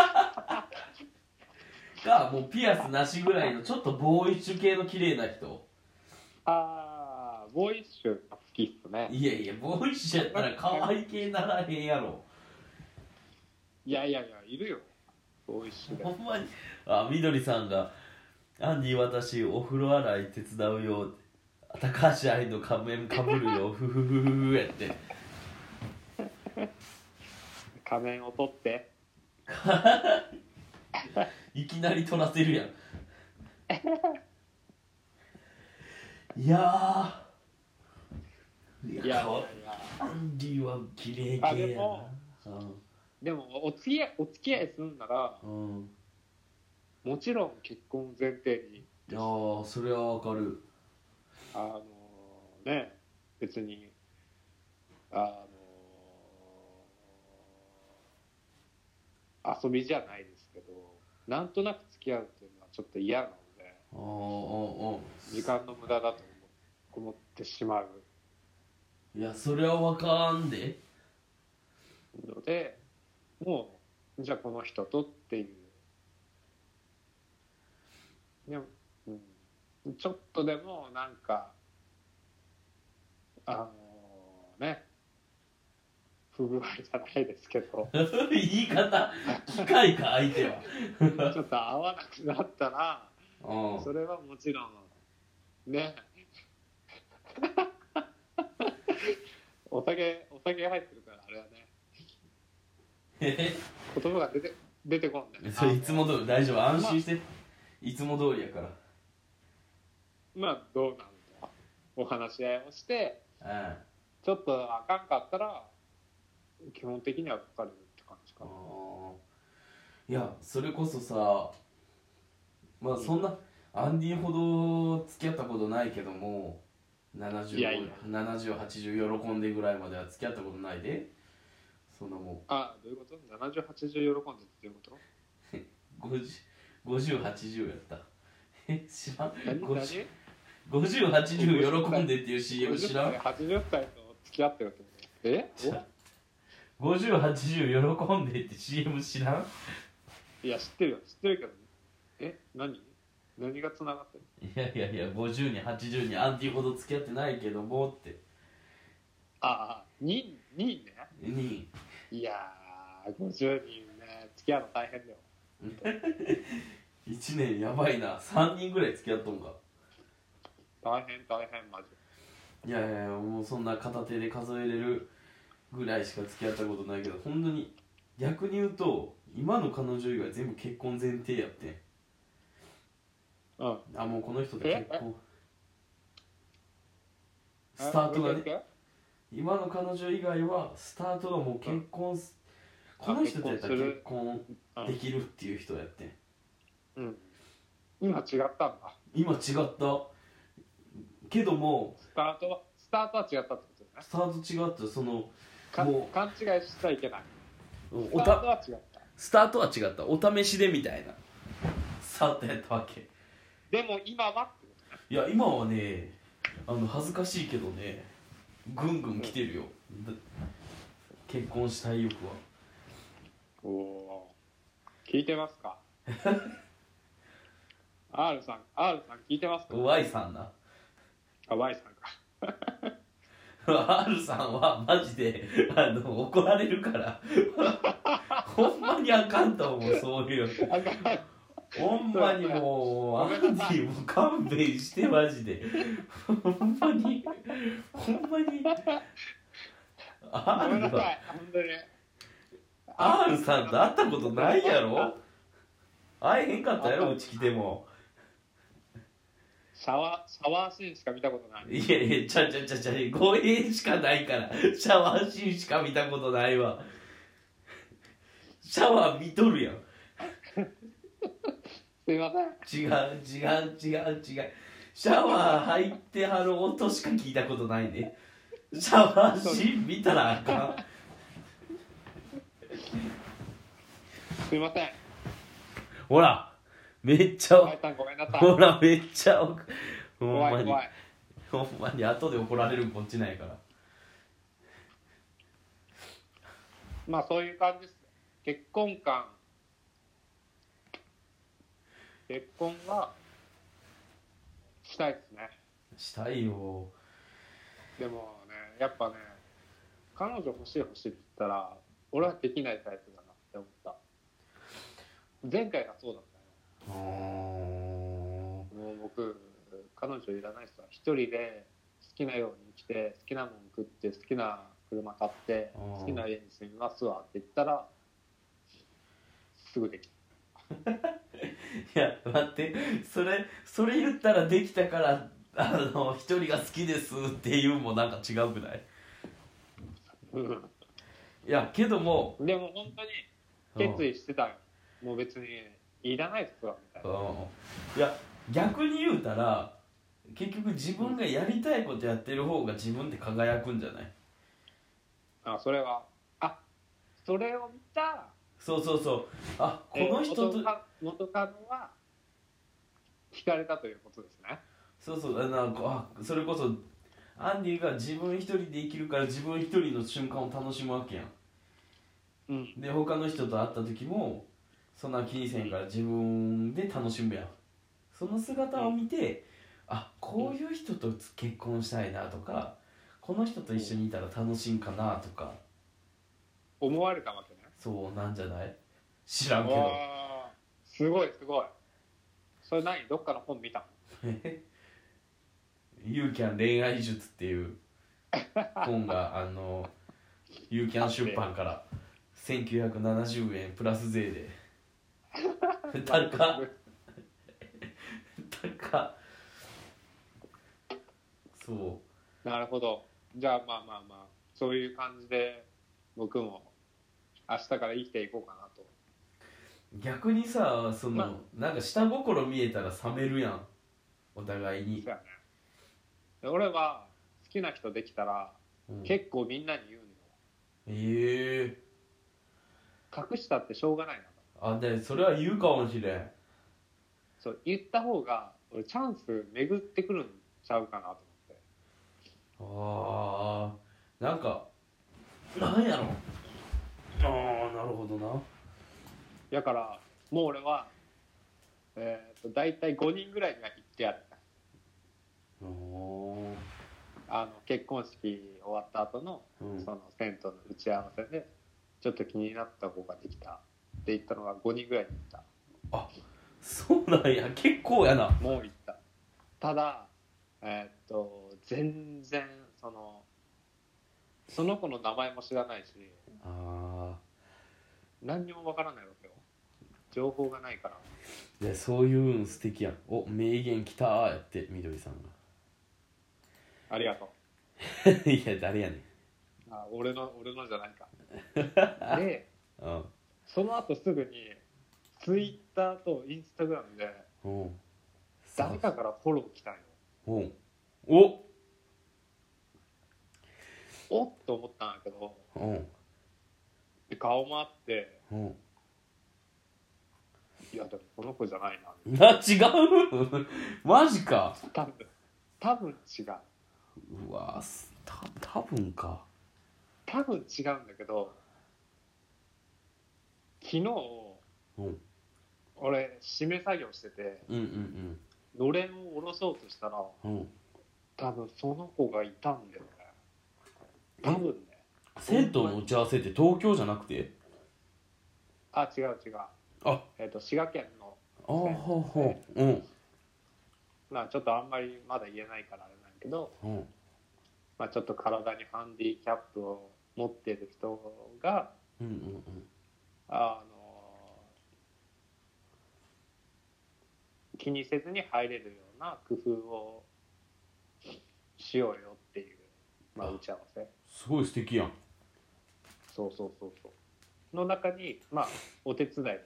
Speaker 1: がもうピアスなしぐらいのちょっとボーイッシュ系の綺麗な人
Speaker 2: あーボーイッシュが好きっすね
Speaker 1: いやいやボーイッシュやったら可愛い系ならへんやろ
Speaker 2: いやいやいやいるよボーイッシュ
Speaker 1: ほ
Speaker 2: が
Speaker 1: んまにあみどりさんが「アンディ私お風呂洗い手伝うよ」高橋愛の仮面かぶるよふふふふふやって
Speaker 2: 仮面を取って
Speaker 1: いきなり取らせるやんいやーい
Speaker 2: いやいやい
Speaker 1: や
Speaker 2: や
Speaker 1: アンディは綺麗
Speaker 2: あ
Speaker 1: 系
Speaker 2: で
Speaker 1: や
Speaker 2: も
Speaker 1: な
Speaker 2: でもお付き合いお付き合いするなら
Speaker 1: うん、うん、
Speaker 2: もちろん結婚前提に
Speaker 1: いやーそれはわかる
Speaker 2: あのね別にあの遊びじゃないですけどなんとなく付き合うっていうのはちょっと嫌なので
Speaker 1: あーあーあ
Speaker 2: 時間の無駄だと思ってしまう
Speaker 1: ーいやそれはわからんで
Speaker 2: のでもうじゃあこの人とっていうでも、うん、ちょっとでもなんかあのね不具合じゃないですけど
Speaker 1: 言い方機械か相手は
Speaker 2: ちょっと合わなくなったら
Speaker 1: うん
Speaker 2: それはもちろんね お酒お酒入ってるからあれはね
Speaker 1: え
Speaker 2: 言葉が出て出てこんね
Speaker 1: それいつも通り大丈夫安心していつも通りやから
Speaker 2: まあどうなんだお話し合いをして
Speaker 1: うん
Speaker 2: ちょっとあかんかったら基本的には別れるって感じか
Speaker 1: あ
Speaker 2: な
Speaker 1: ーいやそれこそさまあそんなアンディほど付き合ったことないけども
Speaker 2: いやいや
Speaker 1: 7080喜んでぐらいまでは付き合ったことないでそんなも
Speaker 2: あどういうこと ?7080 喜んでっていうこと
Speaker 1: う5080やったえ知らん
Speaker 2: 何何
Speaker 1: 50 5080喜んでっていう CM
Speaker 2: 50
Speaker 1: 知らん
Speaker 2: 歳80歳と付き合ってるってことえ
Speaker 1: 5080喜んでって CM 知らん
Speaker 2: おいや知ってるよ知ってるけどえ何何がつながってる
Speaker 1: いやいやいや50に80にアンディほど付き合ってないけどもって
Speaker 2: ああ2人ね
Speaker 1: に
Speaker 2: いやー50人ね付き合うの大変だよ
Speaker 1: 1年やばいな3人ぐらい付き合っとんか
Speaker 2: 大変大変マジ
Speaker 1: いやいやいやもうそんな片手で数えれるぐらいしか付き合ったことないけど本当に逆に言うと今の彼女以外全部結婚前提やってん
Speaker 2: うん。
Speaker 1: あもうこの人と結婚スタ
Speaker 2: あ
Speaker 1: ートが
Speaker 2: もう一
Speaker 1: ね
Speaker 2: 回
Speaker 1: 今の彼女以外はスタートがもう結婚す
Speaker 2: ん
Speaker 1: この人とやったら
Speaker 2: あ
Speaker 1: 結
Speaker 2: 結
Speaker 1: 婚
Speaker 2: うん
Speaker 1: できるっていう人やってん
Speaker 2: うん。今違ったんだ。
Speaker 1: 今違ったけども
Speaker 2: スタートは、スタートは違ったってことだね
Speaker 1: スタート違ったその
Speaker 2: か
Speaker 1: もう
Speaker 2: 勘違いしちゃいけない。ス
Speaker 1: お
Speaker 2: タート
Speaker 1: た
Speaker 2: は違った。
Speaker 1: スタートは違ったお試しでみたいなスタートやったわけ
Speaker 2: でも今はってこ
Speaker 1: いや今はねあの恥ずかしいけどねぐんぐん来てるよ、だ結婚したい欲は
Speaker 2: と。おー聞いてま すか ?R さん、R さん聞いてますか
Speaker 1: Y さんな
Speaker 2: あ、Y さんか。
Speaker 1: R さんはマジであの怒られるからほんまにあかんと思うそういう
Speaker 2: あかん
Speaker 1: ほんまにもうアンディも勘弁してマジでほんまにほんまに
Speaker 2: ごめんな
Speaker 1: R
Speaker 2: さ、
Speaker 1: はい
Speaker 2: 本当に。
Speaker 1: R さんと会ったことないやろ会えへんかったやろうち来ても
Speaker 2: シャワー、シャワーシーンしか見たことない。
Speaker 1: いやいやちゃうちゃうちゃうちゃうご縁しかないからシャワーシーンしか見たことないわシャワー見とるやん
Speaker 2: すいません。
Speaker 1: 違う違う違う違うシャワー入ってはる音しか聞いたことないねシャワーシーン見たらあかん
Speaker 2: すいません。
Speaker 1: ほらめっちゃ、
Speaker 2: Y さんごめんなさい。
Speaker 1: ほらめっちゃおほん
Speaker 2: 怖
Speaker 1: ま
Speaker 2: い
Speaker 1: に
Speaker 2: 怖い。
Speaker 1: ほんまに後で怒られるんこっちないから
Speaker 2: まあそういう感じです。結婚観。結婚は、したいですね。
Speaker 1: したいよ
Speaker 2: でもね、やっぱね、彼女欲しい欲しいって言ったら、俺はできないタイプだなって思った。前回がそうだったね。
Speaker 1: あー
Speaker 2: もう僕彼女いらない人は一人で好きなように生きて好きなもん食って好きな車買って
Speaker 1: うん
Speaker 2: 好きな家に住みますわって言ったらすぐできる
Speaker 1: いや待ってそれそれ言ったらできたからあの一人が好きですっていうのもなんか違うくないいやけども
Speaker 2: でも本当に決意してたよもう別にいらない人はみたい
Speaker 1: うん
Speaker 2: な
Speaker 1: うんいや逆に言うたら結局自分がやりたいことやってる方が自分って輝くんじゃない
Speaker 2: あそれはあそれを見た
Speaker 1: そうそうそうあこの人
Speaker 2: えー
Speaker 1: と
Speaker 2: 元カ元カノは惹かれたということですね
Speaker 1: そうそうあなんかあそれこそアンディが自分一人で生きるから自分一人の瞬間を楽しむわけやん
Speaker 2: うん
Speaker 1: で他の人と会った時もそんな気にせんから自分で楽しむやんその姿を見てあこういう人と結婚したいなとかこの人と一緒にいたら楽しいんかなとか
Speaker 2: 思われたわけね
Speaker 1: そうなんじゃない知らんけど
Speaker 2: わあすごいすごいそれ何どっかの本見た
Speaker 1: 「ユーキャン恋愛術」っていう本があのユーキャン出版から1970円プラス税で高っ高っそ
Speaker 2: なるほどじゃあまあまあまあそういう感じで僕も明日から生きていこうかなと
Speaker 1: う逆にさその、
Speaker 2: ま
Speaker 1: なんか下心見えたら冷めるやんお互いに
Speaker 2: そう、やねで俺は好きな人できたら
Speaker 1: うん
Speaker 2: 結構みんなに言うのよ
Speaker 1: ええ
Speaker 2: 隠したってしょうがないな
Speaker 1: あでそれは言うかもしれん
Speaker 2: そう言った方が俺チャンス巡ってくるんちゃうかなと思って
Speaker 1: ああなんかなんやろああなるほどな
Speaker 2: だからもう俺はえー、と大体5人ぐらいには行ってやる
Speaker 1: お
Speaker 2: あの結婚式終わった後の
Speaker 1: うん
Speaker 2: その銭湯の打ち合わせでちょっと気になった子ができたって言ったのが5人ぐらいに行った
Speaker 1: そうなんや結構やな
Speaker 2: もう行ったただえーっと全然そのその子の名前も知らないし
Speaker 1: あ
Speaker 2: 何にもわからないわけよ情報がないから
Speaker 1: でそういうん素敵やんお名言きたーやってみどりさん
Speaker 2: ありがとう
Speaker 1: が いや誰やねん
Speaker 2: あ俺の俺のじゃない かで
Speaker 1: うん
Speaker 2: その後すぐにツイッターとインスタグラムで
Speaker 1: おう
Speaker 2: 誰かからフォロー来たんよ
Speaker 1: おうお
Speaker 2: おっと思ったんだけど
Speaker 1: おう
Speaker 2: で顔もあって
Speaker 1: おう
Speaker 2: いやでもこの子じゃないな
Speaker 1: な違う マジか
Speaker 2: 多分多分違う
Speaker 1: うわーすた多分か
Speaker 2: 多分違うんだけど昨日
Speaker 1: うん
Speaker 2: 俺締め作業してて
Speaker 1: うんうん
Speaker 2: のれんを下ろそうとしたら
Speaker 1: うんうん
Speaker 2: 多分その子がいたんだよね多分ね
Speaker 1: 銭湯の打ち合わせって東京じゃなくて
Speaker 2: あ違う違う
Speaker 1: あ
Speaker 2: えっ、と滋賀県の
Speaker 1: ああははうん
Speaker 2: まあちょっとあんまりまだ言えないからあれなんだけど、
Speaker 1: うん
Speaker 2: まあ、ちょっと体にハンディキャップを持ってる人が
Speaker 1: うんうん
Speaker 2: あの気にせずに入れるような工夫をしようよっていう、まあ、打ち合わせ
Speaker 1: すごい素敵やん
Speaker 2: そうそうそうそうの中に、まあ、お手伝いに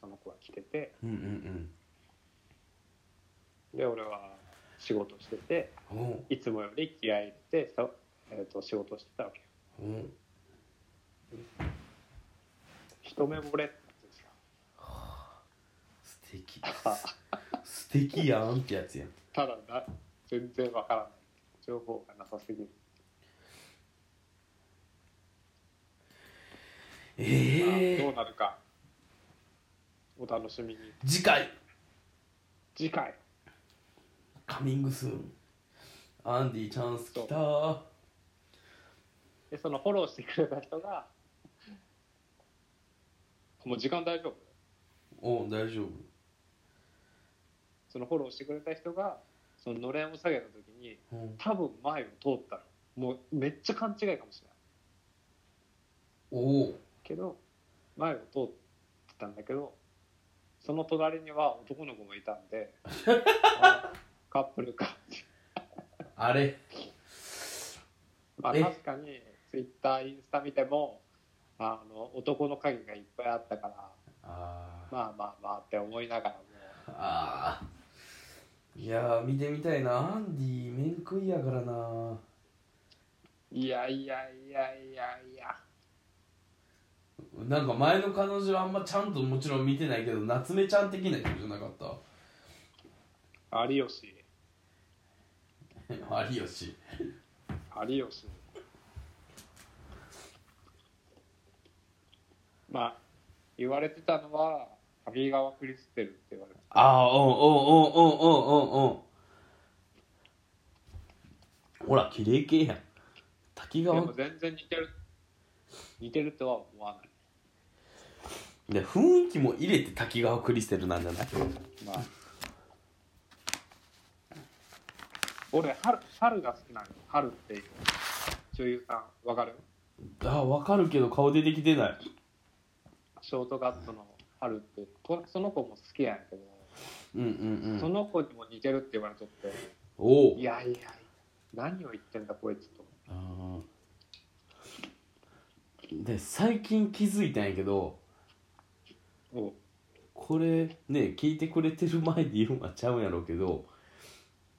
Speaker 2: その子が来てて
Speaker 1: うんうん
Speaker 2: で俺は仕事してて
Speaker 1: うんおう
Speaker 2: いつもより気合い入れてさ、えー、と仕事してたわけよ
Speaker 1: おう
Speaker 2: 一目惚れってやつですよ
Speaker 1: 素敵素敵やんってやつやん
Speaker 2: ただな全然わからない情報がなさすぎる
Speaker 1: え え
Speaker 2: どうなるかお楽しみに
Speaker 1: 次回
Speaker 2: 次回
Speaker 1: カミングスーンアンディチャンス来たー
Speaker 2: でそのフォローしてくれた人がもう時間大丈夫
Speaker 1: おう大丈夫
Speaker 2: そのフォローしてくれた人がそののれんを下げた時に
Speaker 1: うん
Speaker 2: 多分前を通ったのもうめっちゃ勘違いかもしれない
Speaker 1: おう
Speaker 2: けど前を通ってたんだけどその隣には男の子もいたんで あカップルかって
Speaker 1: あれ
Speaker 2: まあ、
Speaker 1: え
Speaker 2: 確かにツイッターインスタ見てもあの男の影がいっぱいあったから
Speaker 1: あー
Speaker 2: まあまあまあって思いながらも
Speaker 1: あーいやー見てみたいなアンディ面食いやからなー
Speaker 2: いやいやいやいやいや
Speaker 1: なんか前の彼女はあんまちゃんともちろん見てないけど夏目ちゃん的な人じゃなかった
Speaker 2: 有吉
Speaker 1: 有吉
Speaker 2: 有吉まあ言われてたのは上川クリステルって言われて
Speaker 1: ああおうおうおうおうおうおうおうほら綺麗系やん滝
Speaker 2: たで
Speaker 1: 川
Speaker 2: も全然似てる似てるとは思わない
Speaker 1: で雰囲気も入れて滝川クリステルなんじゃない
Speaker 2: まあ俺春春が好きなの春っていう女優さんわかる
Speaker 1: ああ分かるけど顔出てきてない
Speaker 2: ショートカットの春ってこその子も好きやんやけど、
Speaker 1: うんうんう
Speaker 2: そ
Speaker 1: ん
Speaker 2: の子にも似てるって言われとって
Speaker 1: おう
Speaker 2: いやいや何を言ってんだこいつと
Speaker 1: あーで最近気づいたんやけど
Speaker 2: お
Speaker 1: これね聞いてくれてる前で言うんはちゃうんやろうけど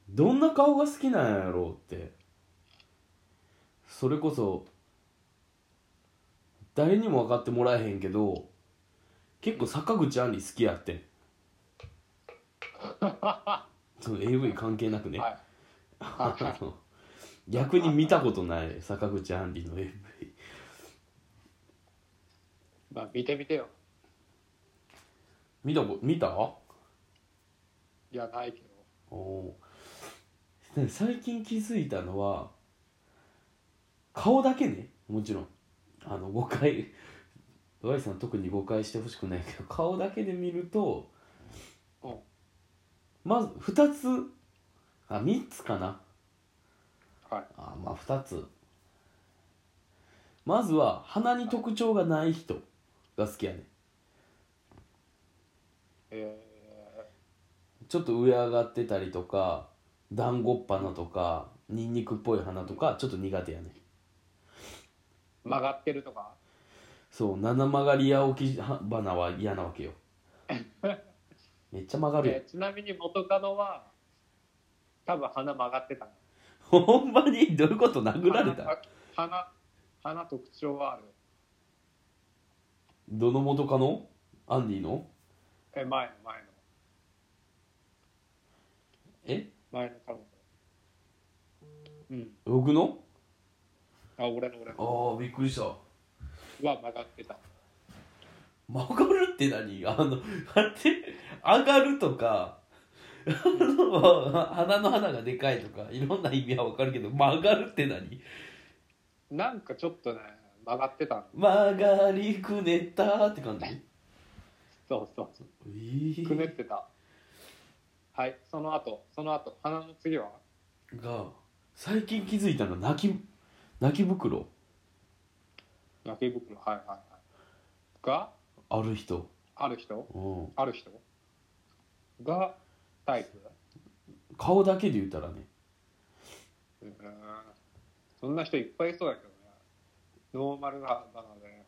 Speaker 1: どんな顔が好きなんやろうってそれこそ誰にも分かってもらえへんけど結構坂口杏里好きやってんその AV 関係なくね、
Speaker 2: はい
Speaker 1: あの 逆に見たことない坂口杏里の AV
Speaker 2: まあ見てみてよ
Speaker 1: 見たこ見た
Speaker 2: いやないけど
Speaker 1: おーで最近気づいたのは顔だけねもちろんあの誤解 Y さん特に誤解してほしくないけど顔だけで見ると
Speaker 2: うん
Speaker 1: まず2つあ3つかな
Speaker 2: はい
Speaker 1: あまあ2つまずは鼻に特徴がない人が好きやね
Speaker 2: え
Speaker 1: ちょっと上上がってたりとか団子っ花とかニンニクっぽい花とかちょっと苦手やね
Speaker 2: ー、曲がってるとか
Speaker 1: そう七曲がり青木花は嫌なわ けよめっちゃ曲がるやん
Speaker 2: えーちなみに元カノは多分鼻曲がってたの
Speaker 1: ほんまにどういうこと殴られた
Speaker 2: 鼻鼻鼻特徴はある
Speaker 1: どの元カノアンディの
Speaker 2: え前の前の
Speaker 1: え
Speaker 2: 前の彼女うん
Speaker 1: 僕の
Speaker 2: あ俺の俺の
Speaker 1: ああびっくりした
Speaker 2: は曲がってた
Speaker 1: 曲がるって何あの待って上がるとか あの鼻の花がでかいとかいろんな意味はわかるけど曲がるって何
Speaker 2: なんかちょっとね曲がってたの
Speaker 1: 曲がりくねったって感じえ
Speaker 2: そうそうそ
Speaker 1: え
Speaker 2: うくねってたはいその後その後鼻の次は
Speaker 1: が最近気づいたのは泣き泣き袋
Speaker 2: 泣き袋はいはいはいが
Speaker 1: ある人
Speaker 2: ある人
Speaker 1: うん
Speaker 2: ある人がタイプ
Speaker 1: 顔だけで言うたらね
Speaker 2: うーんそんな人いっぱいいそうだけどねノーマルなバナナで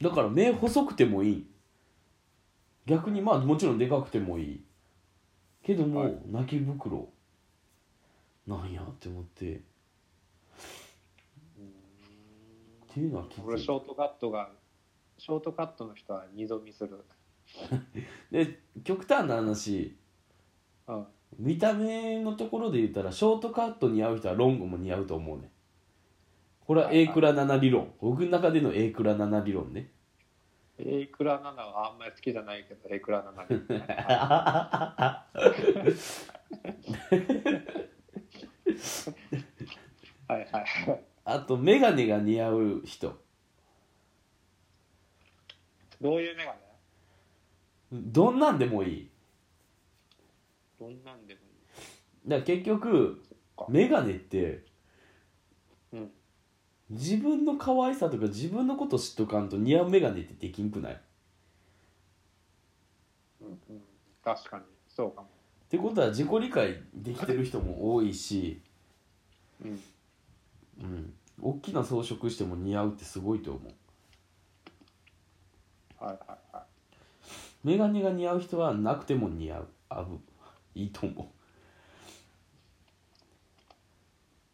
Speaker 1: だから目細くてもいい逆にまあもちろんでかくてもいいけども、
Speaker 2: はい
Speaker 1: 泣き袋なんやって思ってっていうのはき
Speaker 2: 俺シ
Speaker 1: つい
Speaker 2: ョートカットがショートカットの人は二度見する
Speaker 1: で極端な話
Speaker 2: うん
Speaker 1: 見た目のところで言ったらショートカット似合う人はロングも似合うと思うねこれは A クラ7理論僕の中での A クラ7理論ね
Speaker 2: A クラ7はあんまり好きじゃないけど A クラ7ではいはい
Speaker 1: あと眼鏡が似合う人
Speaker 2: どういうメガネ
Speaker 1: どんなんでもいい
Speaker 2: どんなんでも
Speaker 1: だから結局
Speaker 2: か
Speaker 1: 眼鏡って
Speaker 2: いいうん
Speaker 1: 自分の可愛さとか自分のこと知っとかんと似合う眼鏡ってできんくないっ
Speaker 2: うん、うん、確かにそうかも
Speaker 1: てことは自己理解できてる人も多いし、
Speaker 2: うん
Speaker 1: うん、大きな装飾しても似合うってすごいと思う
Speaker 2: はいはいはい
Speaker 1: 眼鏡が似合う人はなくても似合うあぶいいと思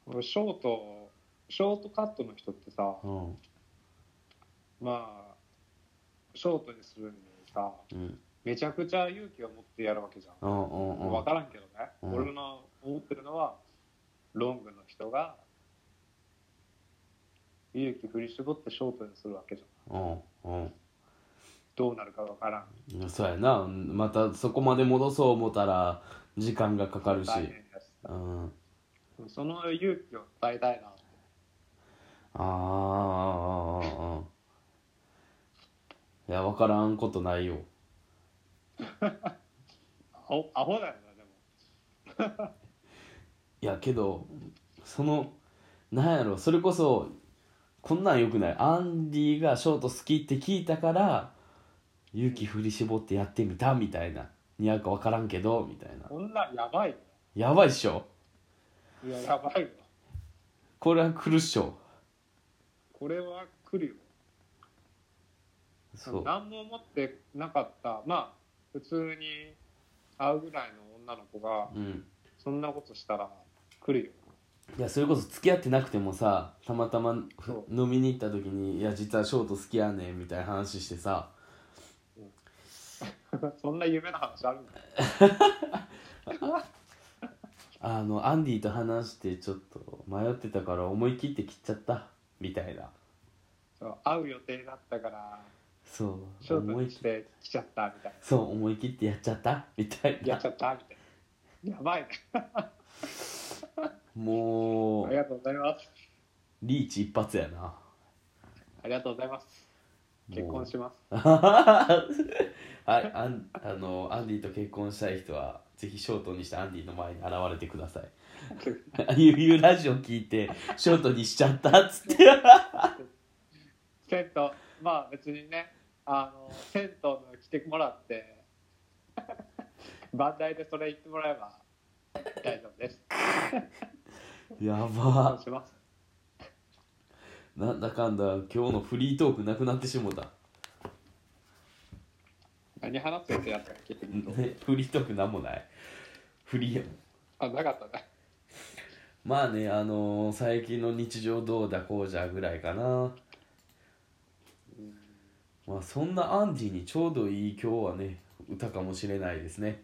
Speaker 2: 俺ショートショートカットの人ってさ
Speaker 1: う
Speaker 2: まあショートにするにさ
Speaker 1: うんうん
Speaker 2: めちゃくちゃ勇気を持ってやるわけじゃん
Speaker 1: うんうんうん
Speaker 2: 分からんけどね、
Speaker 1: うん
Speaker 2: 俺の思ってるのはロングの人が勇気振り絞ってショートにするわけじゃん
Speaker 1: うん
Speaker 2: どうなるか分からん
Speaker 1: うんそうやなまたそこまで戻そう思ったら時間がかかるし、
Speaker 2: 大変だし
Speaker 1: うん、あ
Speaker 2: その勇気を伝えたいなって
Speaker 1: あああいや分からんことないよ
Speaker 2: アホアホだよねでも
Speaker 1: いやけどそのなんやろそれこそこんなんよくないアンディがショート好きって聞いたから勇気振り絞ってやってみたみたいな似合うか分からんけどみたいな
Speaker 2: こんなんやばいよ
Speaker 1: やばいっしょ
Speaker 2: いややばいよ
Speaker 1: これは来るっしょ
Speaker 2: これは来るよ
Speaker 1: そう
Speaker 2: 何も思ってなかったまあ普通に会うぐらいの女の子が
Speaker 1: うん
Speaker 2: そんなことしたら来るよ
Speaker 1: いやそれこそ付き合ってなくてもさたまたま
Speaker 2: そ
Speaker 1: 飲みに行った時に「いや実はショート好きやねん」みたいな話してさ
Speaker 2: そんな夢の話あるんだ
Speaker 1: あのアンディと話してちょっと迷ってたから思い切って切っちゃったみたいな
Speaker 2: そう会う予定だったからシ
Speaker 1: そう
Speaker 2: ョート
Speaker 1: 思い
Speaker 2: に
Speaker 1: 切っ
Speaker 2: して来ちゃったみたい
Speaker 1: そう思い切ってやっちゃったみたい
Speaker 2: なや
Speaker 1: な
Speaker 2: っちゃったみたいなやばいね
Speaker 1: も
Speaker 2: あり
Speaker 1: う
Speaker 2: がとうございます
Speaker 1: リーチ一発やな
Speaker 2: ありがとうございます結婚します
Speaker 1: もう はいあんあのアンディと結婚したい人はぜひショートにしてアンディの前に現れてくださいゆうゆうラジオ 聞いてショートにしちゃったっつって
Speaker 2: 銭湯まあ別にねあの銭湯に来てもらってバンダイでそれ言ってもらえば大丈夫です。
Speaker 1: や
Speaker 2: そう
Speaker 1: ば
Speaker 2: します。
Speaker 1: なんだかんだ今日のフリートークなくなってしもうた、
Speaker 2: 何話すやつやったっけフリートーク
Speaker 1: ね、フリートークなんもないフリーやもん
Speaker 2: あ、なかったね。
Speaker 1: まあねあのー最近の日常どうだこうじゃぐらいかな
Speaker 2: うん
Speaker 1: まあそんなアンディにちょうどいい今日はね歌かもしれないですね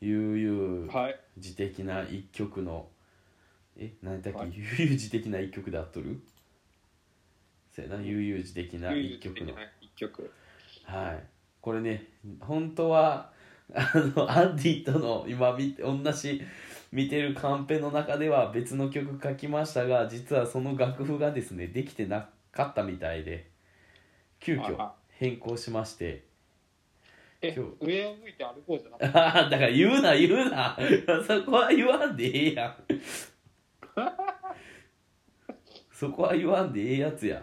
Speaker 1: 悠々
Speaker 2: はい。
Speaker 1: 自的な一曲のえ何やったっけ、
Speaker 2: はい
Speaker 1: 悠々自的な一曲で合っとるそうやな悠々自的な一
Speaker 2: 唯一的
Speaker 1: 曲の
Speaker 2: な一曲。
Speaker 1: はいこれね本当はあのアンディとの今見て同じ見てるカンペの中では別の曲書きましたが実はその楽譜がですねできてなかったみたいで急
Speaker 2: あ
Speaker 1: 遽
Speaker 2: あ
Speaker 1: 変更しまして
Speaker 2: え、
Speaker 1: 今日
Speaker 2: 上を向いて歩こうじゃなかっ
Speaker 1: ああだから言うな言うな そこは言わんでええやんそこは言わんでええやつや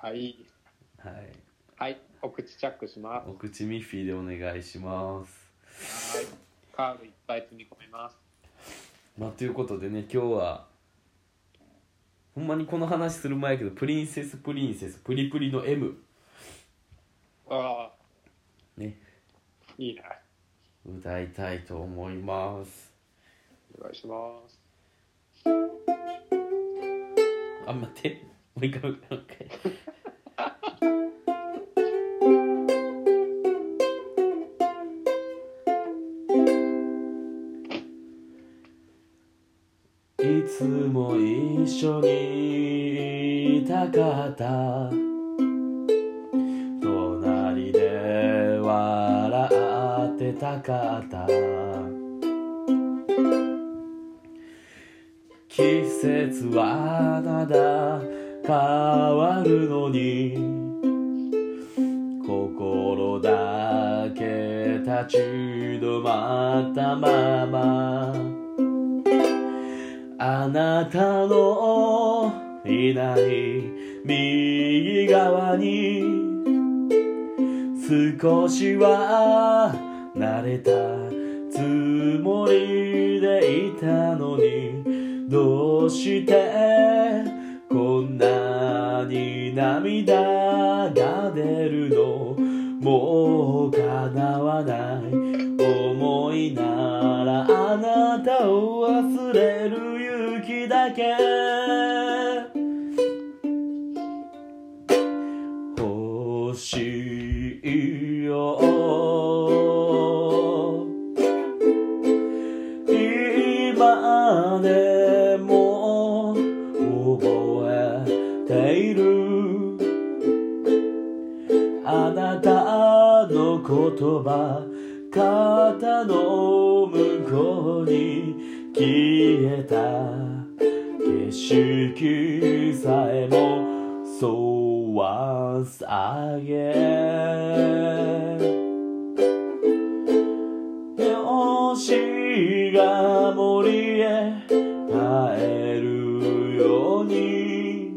Speaker 2: た。はい。
Speaker 1: はい
Speaker 2: はい。お口チャックしま
Speaker 1: お口ミッフィーでお願いします
Speaker 2: す。はい。カールいっぱい積み込みます。
Speaker 1: まあということでね今日はほんまにこの話する前やけどプリンセスプリンセスプリプリの M
Speaker 2: ああ、
Speaker 1: ね
Speaker 2: いいね。
Speaker 1: 歌いたいと思います
Speaker 2: お願いします。
Speaker 1: あ待ってもう一回もう一回もう一回いつも一緒にいたかった隣で笑ってたかった季節はまだ変わるのに心だけ立ち止まったままあなたのいない右側に少しは慣れたつもりでいたのにどうしてこんなに涙が出るのもう叶わない思いならあなたを忘れる勇気だけ欲しいよ今でも覚えているあなたの言葉肩の向こうに消えた景色さえもそうはあげ星が森へ帰るように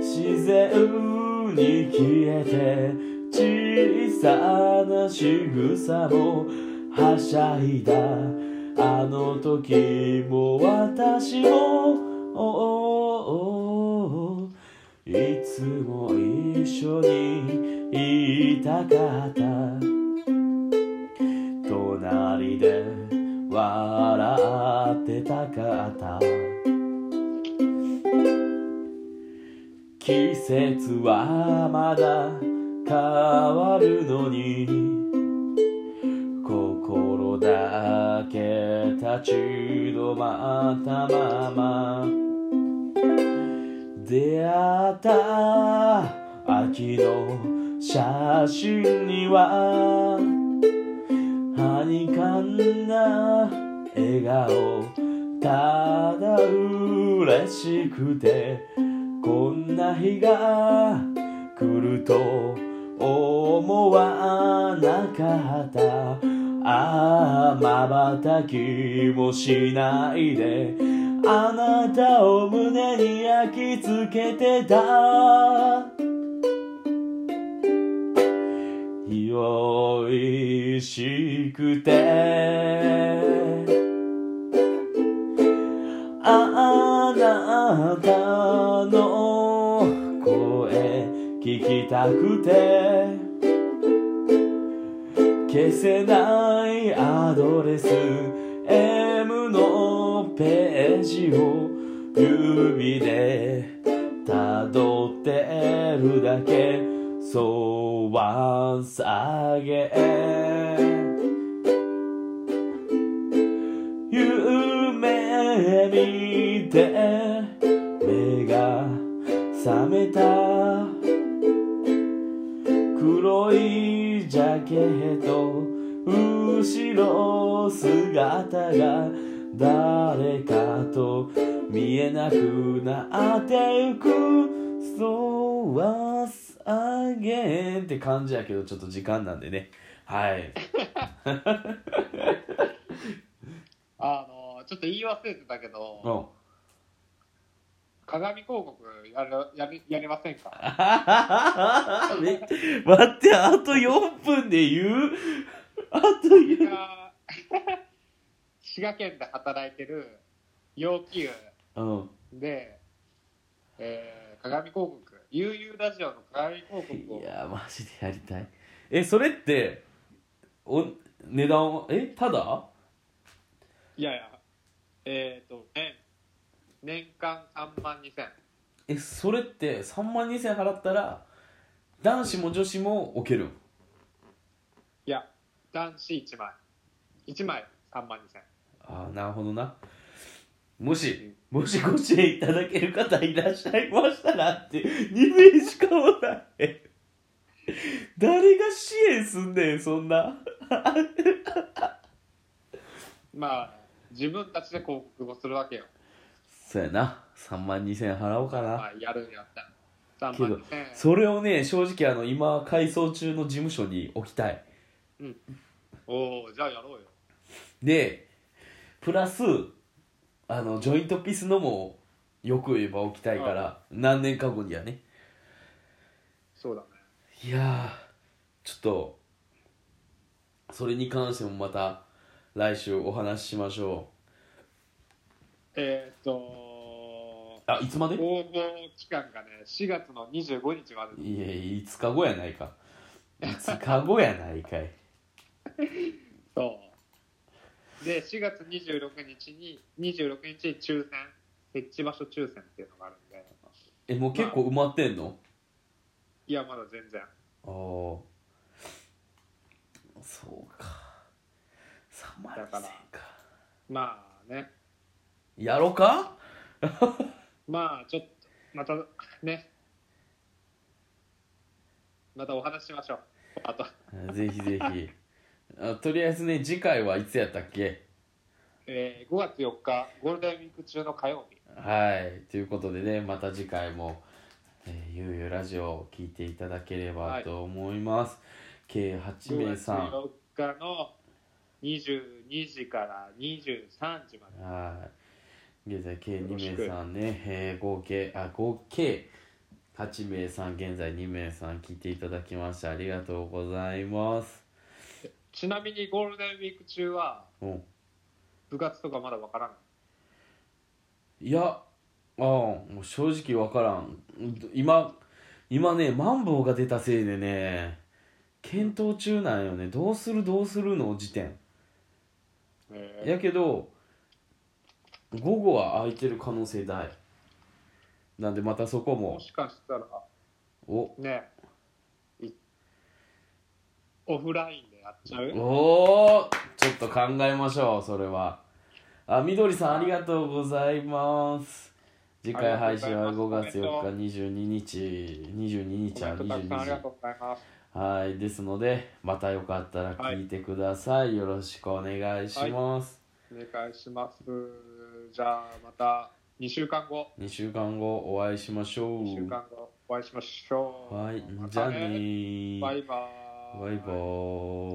Speaker 1: 自然に消えて小さな仕草もはしゃいだあの時も私もおーおーおーいつも一緒にいたかった隣で笑ってたかった季節はまだ変わるのに心だけ立ち止まったまま出会った秋の写真にははにかんだ笑顔ただ嬉しくてこんな日が来ると思わなかったああまばたきもしないであなたを胸に焼き付けてたいよい寂しくてあなたの声聞きたくて消せないアドレス M のページを指で辿ってるだけそうは下げ夢見て目が覚めた黒いジャケット後ろ姿が誰かと見えなくなってゆくそうはあげんって感じやけどちょっと時間なんでねはい
Speaker 2: あの、ちょっと言い忘れてたけど、
Speaker 1: お
Speaker 2: 鏡広告やるやるやりませんか
Speaker 1: め待ってあと4分で言うあと言
Speaker 2: 僕
Speaker 1: う
Speaker 2: が滋賀県で働いてる要求
Speaker 1: うん
Speaker 2: で、えー鏡広告、悠々ラジオの鏡広告を
Speaker 1: いやーマジでやりたいえそれってお値段はえただ
Speaker 2: いやいや、えっ、と、年、年間3万2000。
Speaker 1: えそれって3万2000円払ったら男子も女子も置けるん
Speaker 2: いや、男子1枚。1枚3万2000。
Speaker 1: ああなるほどなもしもしご支援いただける方いらっしゃいましたらって2名しかおらへん誰が支援すんねんそんな
Speaker 2: まあ、自分たちで広告をするわけよ。
Speaker 1: そうやな3万2000円払おうかな、
Speaker 2: まあ、やるんやったら。3
Speaker 1: け
Speaker 2: 万
Speaker 1: ど
Speaker 2: 2000。
Speaker 1: それをね正直あの今改装中の事務所に置きたい
Speaker 2: おお、じゃあやろうよ。
Speaker 1: でプラスあのジョイントピースのもよく言えば置きたいから、何年か後にはね
Speaker 2: そうだね。
Speaker 1: いやーちょっとそれに関してもまた来週お話ししましょ
Speaker 2: えっ、と
Speaker 1: うあいつまで
Speaker 2: 応募期間がね、4月の25日まで。
Speaker 1: いや5日後やないか5日後やないかい
Speaker 2: そう。で、4月26日に、26日に抽選、設置場所抽選っていうのがあるんで、
Speaker 1: えもう結構埋まってんの、
Speaker 2: いや、まだ全然。
Speaker 1: あーそうか3万
Speaker 2: だ
Speaker 1: 2000か
Speaker 2: か
Speaker 1: ら
Speaker 2: まあね、
Speaker 1: やろか
Speaker 2: まあちょっと、またね、またお話ししましょう。あと、
Speaker 1: ぜひぜひあとりあえずね次回はいつやったっけ
Speaker 2: えー5月4日、ゴールデンウィーク中の火曜日。
Speaker 1: はいということでねまた次回も「えー、ゆうゆうラジオ」を聞いていただければと思います、計8名
Speaker 2: 5月
Speaker 1: さん
Speaker 2: 4日の22時から23時まで。
Speaker 1: はい現在計
Speaker 2: よろし
Speaker 1: 2
Speaker 2: く
Speaker 1: 名さんね、えー合計あ合計8名さん現在2名さん聞いていただきましてありがとうございます
Speaker 2: ちなみにゴールデンウィーク中は
Speaker 1: うん
Speaker 2: 部活とかまだわからない。
Speaker 1: いやあーもう正直わからんうん今今ねマンボウが出たせいでね検討中なんよねどうするどうするの時点
Speaker 2: え
Speaker 1: やけど午後は空いてる可能性大なんでまたそこ
Speaker 2: ー
Speaker 1: も
Speaker 2: もしかしたら
Speaker 1: お
Speaker 2: ね、いオフラインでやっちゃう
Speaker 1: おーちょっと考えましょうそれはあみどりさんありがとうございます次回配信は
Speaker 2: ありが
Speaker 1: 5
Speaker 2: とうございま
Speaker 1: 月
Speaker 2: す
Speaker 1: 4日22日22日
Speaker 2: コメ
Speaker 1: は
Speaker 2: ントたくさんあり
Speaker 1: 22
Speaker 2: が
Speaker 1: 時
Speaker 2: とうございます。
Speaker 1: はい、ですので、またよかったら聞いてください。よろしくお願いします。
Speaker 2: お願いします。じゃあまた2週間後、
Speaker 1: 2週間後お会いしましょう。
Speaker 2: 2週間後お会いしましょう。
Speaker 1: はい
Speaker 2: ま、
Speaker 1: じゃ
Speaker 2: た
Speaker 1: あ
Speaker 2: ね
Speaker 1: ねー。
Speaker 2: バイ
Speaker 1: バイバーイ。